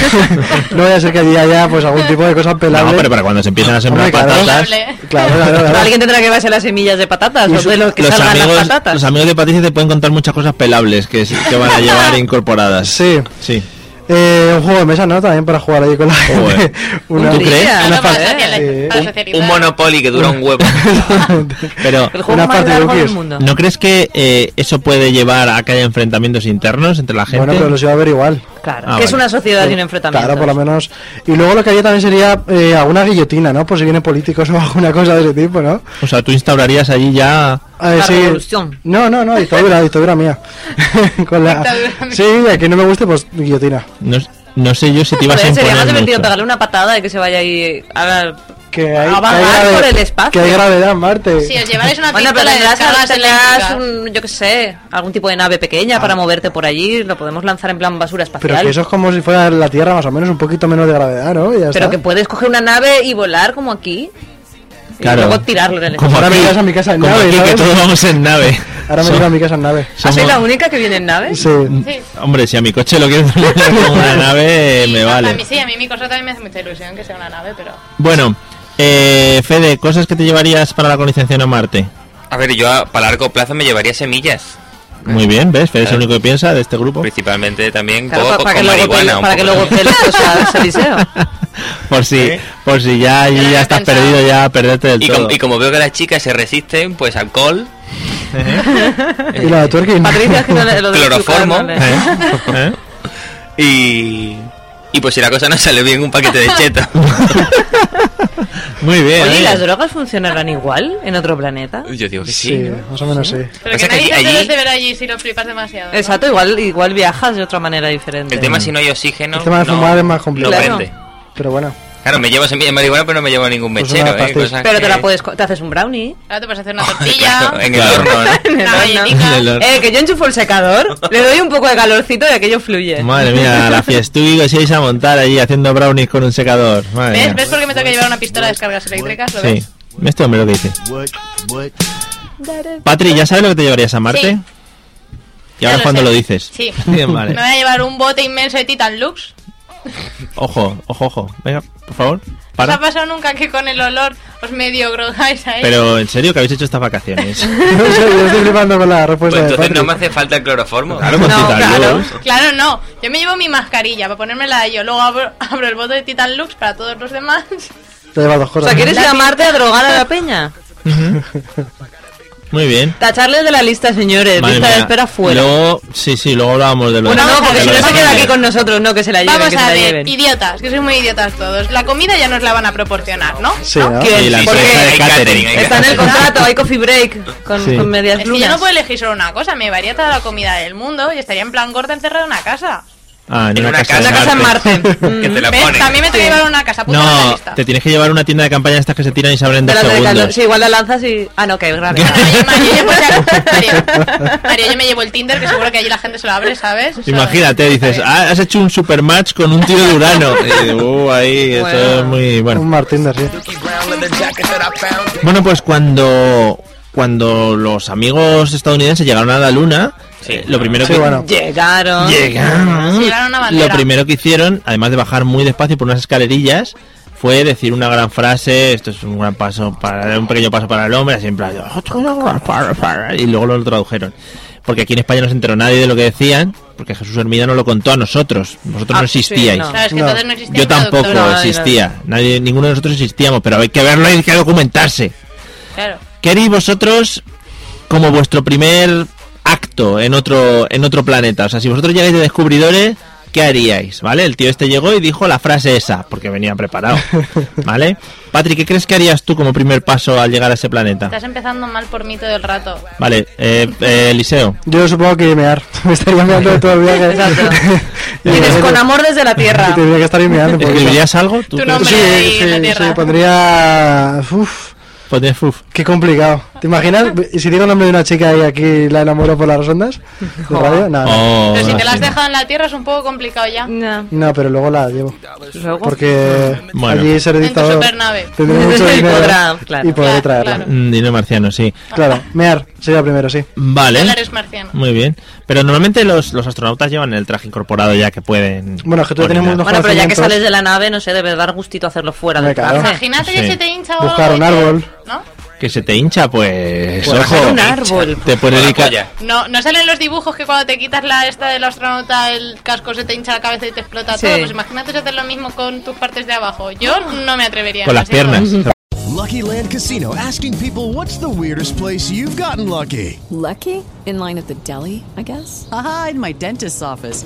G: no vaya a ser que allí haya pues algún tipo de cosa pelable.
D: No, pero para cuando se empiezan a sembrar
G: Hombre, claro.
D: patatas.
E: Hable.
G: Claro, claro, claro.
F: Alguien tendrá que verse las semillas de patatas, o de los que
D: Los
F: salgan las
D: amigos,
F: patatas.
D: los amigos de Patricia te pueden contar muchas cosas pelables que, se- que van a llevar incorporadas.
G: Sí.
D: Sí.
G: Eh, un juego de mesa, ¿no? También para jugar ahí con la
D: Joder.
G: gente. Una-
D: ¿Tú crees?
F: Una
E: Claro, para
F: parte-
E: socializar-
G: eh,
E: para
G: un-
E: socializar.
H: Un Monopoly que dura un huevo.
D: Pero,
F: El juego
G: Una
F: más
G: parte de
F: largo del
G: Ukies.
F: mundo.
D: ¿no crees que eh, eso puede llevar a que haya enfrentamientos internos entre la gente?
G: Bueno, pero los iba a ver igual.
F: Claro,
D: Ah,
F: que es
D: vale.
F: una sociedad sin enfrentamiento.
G: Claro, por lo menos. Y luego lo que haría también sería eh, alguna guillotina, ¿no? Por si vienen políticos o alguna cosa de ese tipo, ¿no?
D: O sea, tú instaurarías allí ya.
G: A ver,
F: La
G: sí.
F: revolución.
G: No, no, no, dictadura, dictadura mía. Con la-
E: Dictadura mía.
G: Sí, a quien no me guste, pues guillotina.
D: No, no sé yo si te ibas a
F: Joder,
D: imponer.
F: sería más divertido
D: mucho.
F: pegarle una patada y que se vaya ahí a la...
G: Que
F: A
G: hay, que hay
F: vagar
G: grave-
F: por el espacio.
G: Que hay gravedad en Marte.
E: Si os lleváis una
F: Bueno, pero
E: pistola de
F: tendrás,
E: descargas
F: tendrás
E: eléctricas.
F: un, yo qué sé, algún tipo de nave pequeña para moverte por allí, lo podemos lanzar en plan basura espacial.
G: pero que eso es como si fuera la Tierra, más o menos, un poquito menos de gravedad, ¿no? Y Ya
F: Pero
G: está.
F: que puedes coger una nave y volar como aquí.
D: Claro.
F: Y luego tirarlo en el
D: Como
G: Ahora
D: aquí,
G: me irás a mi casa en
D: como
G: nave,
D: aquí que
G: ¿sabes?
D: todos vamos en nave.
G: Ahora me
D: So-
G: iré a mi casa en nave.
F: ¿Ah, soy
D: somos-
F: la única que viene en nave?
G: Sí.
D: Hombre, si a mi coche lo quieres poner como una nave, Eh, me
E: A- A
D: vale.
E: mí sí, a mí mi cosa también me hace mucha ilusión que sea una nave, pero.
D: Bueno, eh, Fede, cosas que te llevarías para la colonización a Marte.
G: Eh.
H: A ver, yo a- para largo plazo me llevaría semillas.
D: Muy bien, ¿ves? Fede es
G: Eh.
D: el único que piensa de este grupo.
H: Principalmente también
F: Claro,
H: con,
F: pa- para,
H: con
F: que luego
H: marihuana.
F: pele-
H: un
F: para que
H: poco
F: luego
H: también.
F: peles o sea, Eliseo.
D: Por si,
G: eh.
D: por si ya allí
E: Yo lo
D: ya
E: había
D: estás
E: pensado.
D: perdido, ya perderte del
H: Y,
D: todo.
H: com- y como veo que las chicas se resisten, pues alcohol,
G: Y la de twerking.
F: Patricia, es que no le- lo de
H: Cloroformo.
F: azúcar no le-
D: ¿Eh? ¿Eh?
H: Y. Y pues si la cosa no sale bien, un paquete de cheta.
D: Muy bien.
F: Oye, ¿y
D: ¿eh?
F: las drogas funcionarán igual en otro planeta?
H: Yo digo que sí.
G: Sí,
H: ¿no?
G: más o menos sí.
E: Pero
H: O sea
E: que,
H: que
E: nadie
H: allí-
E: se debe de ver allí si lo flipas demasiado. ¿no?
F: Exacto, igual, igual viajas de otra manera diferente.
H: El tema es si no hay oxígeno.
G: El tema de
H: no-
G: fumar es más complicado.
H: No
F: Claro.
H: prende.
G: Pero bueno.
H: Claro, me llevo semilla de marihuana, pero no me llevo ningún
G: Pues
H: mechero,
G: una
H: ¿eh?
G: pastilla.
H: Cosas
F: Pero te la
H: que-
F: puedes... co- Te haces un brownie.
E: Ahora te puedes hacer una tortilla.
H: Claro, en el
D: Claro.
H: horno, ¿no? Pues
F: En el
E: Una
F: horno.
E: galletica.
D: El horno.
F: Eh, que yo enchufo el secador, le doy un poco de calorcito y aquello fluye.
D: Madre mía, la fiesta. Tú que se vais a montar allí haciendo brownies con un secador. Madre
E: ¿Ves?
D: mía.
E: ¿Ves por qué me toca llevar una pistola de descargas eléctricas? ¿Lo
D: Sí.
E: ves?
D: Este hombre lo que dice. Patri, ¿ya sabes lo que te llevarías a Marte?
E: Sí.
D: Y ahora
E: lo
D: cuando
E: sé.
D: lo dices.
E: Sí. Me
D: Bien,
E: voy
D: vale.
E: a llevar un bote inmenso de Titan Lux.
D: Ojo, ojo, ojo. Venga, por favor.
E: ¿Os ha
D: Para.
E: pasado nunca que con el olor os medio grogáis ahí?
D: Pero en serio que habéis hecho estas vacaciones.
G: No sé, yo estoy flipando con la respuesta
H: Pues
G: de
H: entonces
G: Patrick.
H: no me hace falta el cloroformo.
D: Claro, con
F: No,
D: Titan
F: claro.
D: Lux.
E: Claro, no. Yo me llevo mi mascarilla para ponérmela yo. Luego abro, abro el bote de Titan Lux para todos los demás.
G: Te llevas dos
F: O
G: cosas.
F: sea, ¿quieres
G: ¿no?
F: ir a Marte a drogar a la peña?
D: Muy bien.
F: Tacharles de la lista, señores.
D: Madre
F: lista de
D: mía.
F: espera fuera.
D: Luego, sí, sí, luego hablábamos de lo
F: bueno,
D: de-
F: no, porque
D: de
F: si
D: lo
F: no
D: de
F: se queda
D: Tinder.
F: aquí con nosotros, no, que se la lleven.
E: Vamos
F: que se
E: a
F: la
E: ver,
F: lleven.
E: idiotas, que sois muy idiotas todos. La comida ya nos la van a proporcionar, ¿no?
G: Sí, ¿no?
F: Que-
D: Sí, la
F: porque
D: empresa de
H: hay
D: catering.
H: catering, hay
F: Está en el contrato, hay coffee break con,
D: Sí.
F: con medias
E: Es que yo
F: lunas.
E: no puedo elegir solo una cosa, me varía toda la comida del mundo y estaría en plan gorda encerrada en una casa.
D: Ah, en
H: En
D: una,
H: una
D: casa,
H: casa-
D: de
H: una casa en
D: Marte.
F: Mm.
H: Que te la
E: ¿Ves?
H: ponen.
E: También me tengo que llevar una casa, puta la
D: No,
E: lista.
D: te tienes que llevar una tienda de campaña de estas que se tiran y se abren
F: De
D: dos
F: las de calor.
D: segundos.
F: Sí, igual la lanzas y. Ah, no, que es grave.
E: Mario, Mario, yo, pues, ya- Mario, Mario, yo me llevo el Tinder, que seguro que allí la gente se lo abre, ¿sabes? O sea,
D: Imagínate, dices,
E: está bien.
D: "Ah, has hecho un supermatch con un tío de Urano. Y, uh, ahí, eso
F: Bueno.
D: es muy
G: Un
D: bueno.
G: Martín de sí.
H: Pues
D: Bueno, pues cuando cuando los amigos estadounidenses llegaron a la luna,
H: Sí.
D: eh, lo primero
G: Sí,
D: que
G: bueno.
F: Llegaron.
D: llegaron,
E: Se llevaron una bandera.
D: lo primero que hicieron, además de bajar muy despacio por unas escalerillas, fue decir una gran frase, esto es un gran paso para un pequeño paso para el hombre, así en plan, "Oh, "Esto es un gran paso para-" y luego lo tradujeron. Porque aquí en España no se enteró nadie de lo que decían, porque Jesús Hermida no lo contó a nosotros, vosotros
F: Ah,
D: no
F: sí,
D: existíais.
F: no.
E: Claro, es que
G: No.
E: entonces no existía
D: Yo
E: un
D: tampoco
E: traductor.
F: no,
D: existía, nadie, ninguno de nosotros existíamos, pero hay que verlo y hay que documentarse.
E: Claro.
D: ¿Qué haréis vosotros como vuestro primer acto en otro, en otro planeta? O sea, si vosotros llegáis de descubridores, ¿qué haríais? ¿Vale? El tío este llegó y dijo la frase esa, porque venía preparado. ¿Vale? Patrick, ¿qué crees que harías tú como primer paso al llegar a ese planeta?
E: Estás empezando mal por mí todo el rato.
D: Vale, eh, eh, Eliseo.
G: Yo supongo que mear. Me estaría meando de todo el viaje.
F: Exacto.
G: Y
F: Vienes
G: bueno,
F: con amor desde la tierra.
G: y Tendría que estar ahí meando. porque-
D: ¿Escribirías algo?
E: Tu
D: ¿Tú crees?
E: nombre.
G: Sí,
E: ahí en la
G: sí,
E: tierra.
G: sí, pondría. Uf,
D: Pondrías, Pues "Uf".
G: qué complicado. ¿Te imaginas? ¿Y si digo el nombre de una chica y aquí la enamoro por las ondas? ¿De radio? Nada.
D: Oh,
E: Pero si te la has
D: sí. ¿Eh?
E: dejado en la tierra es un poco complicado ya.
F: No.
G: No, pero luego la llevo.
F: Pues Luego.
G: Porque
D: Bueno.
G: allí ser
E: En tu
G: dictador.
E: supernave.
G: Tendré mucho
F: Y
G: dinero.
F: podrá, claro.
G: y podré
E: Claro,
G: traerla.
E: claro.
D: Mm, Dino marciano, sí.
G: Claro, mear sería primero, sí.
D: Vale.
E: Dólares marcianos.
D: Muy bien. Pero normalmente los, los astronautas llevan el traje incorporado ya que pueden.
G: Bueno, es que tú tenemos
D: orinar.
G: unos
F: Bueno, pero ya que
G: conocimientos.
F: sales de la nave, no sé, debe dar gustito hacerlo fuera
G: Me
F: del
G: cago.
F: traje.
E: Imagínate
D: Sí.
E: que se te hincha o
G: Buscar
E: algo,
G: un árbol.
E: ¿No?
D: Que se te hincha, pues.
H: Pues
D: ojo.
H: hacer un
F: árbol.
D: Te
G: Pues
D: pone
H: Con la
D: el ca-
H: polla.
E: No, no salen los dibujos que cuando te quitas la esta del astronauta el casco se te hincha la cabeza y te explota
F: Sí.
E: todo. Pues imagínate hacer lo mismo con tus partes de abajo. Yo no me atrevería.
D: con las
E: demasiado.
D: piernas.
K: Lucky Land Casino asking people what's the weirdest place you've gotten lucky?
B: Lucky? In line at the deli, I guess?
I: Aha, in my dentist's office.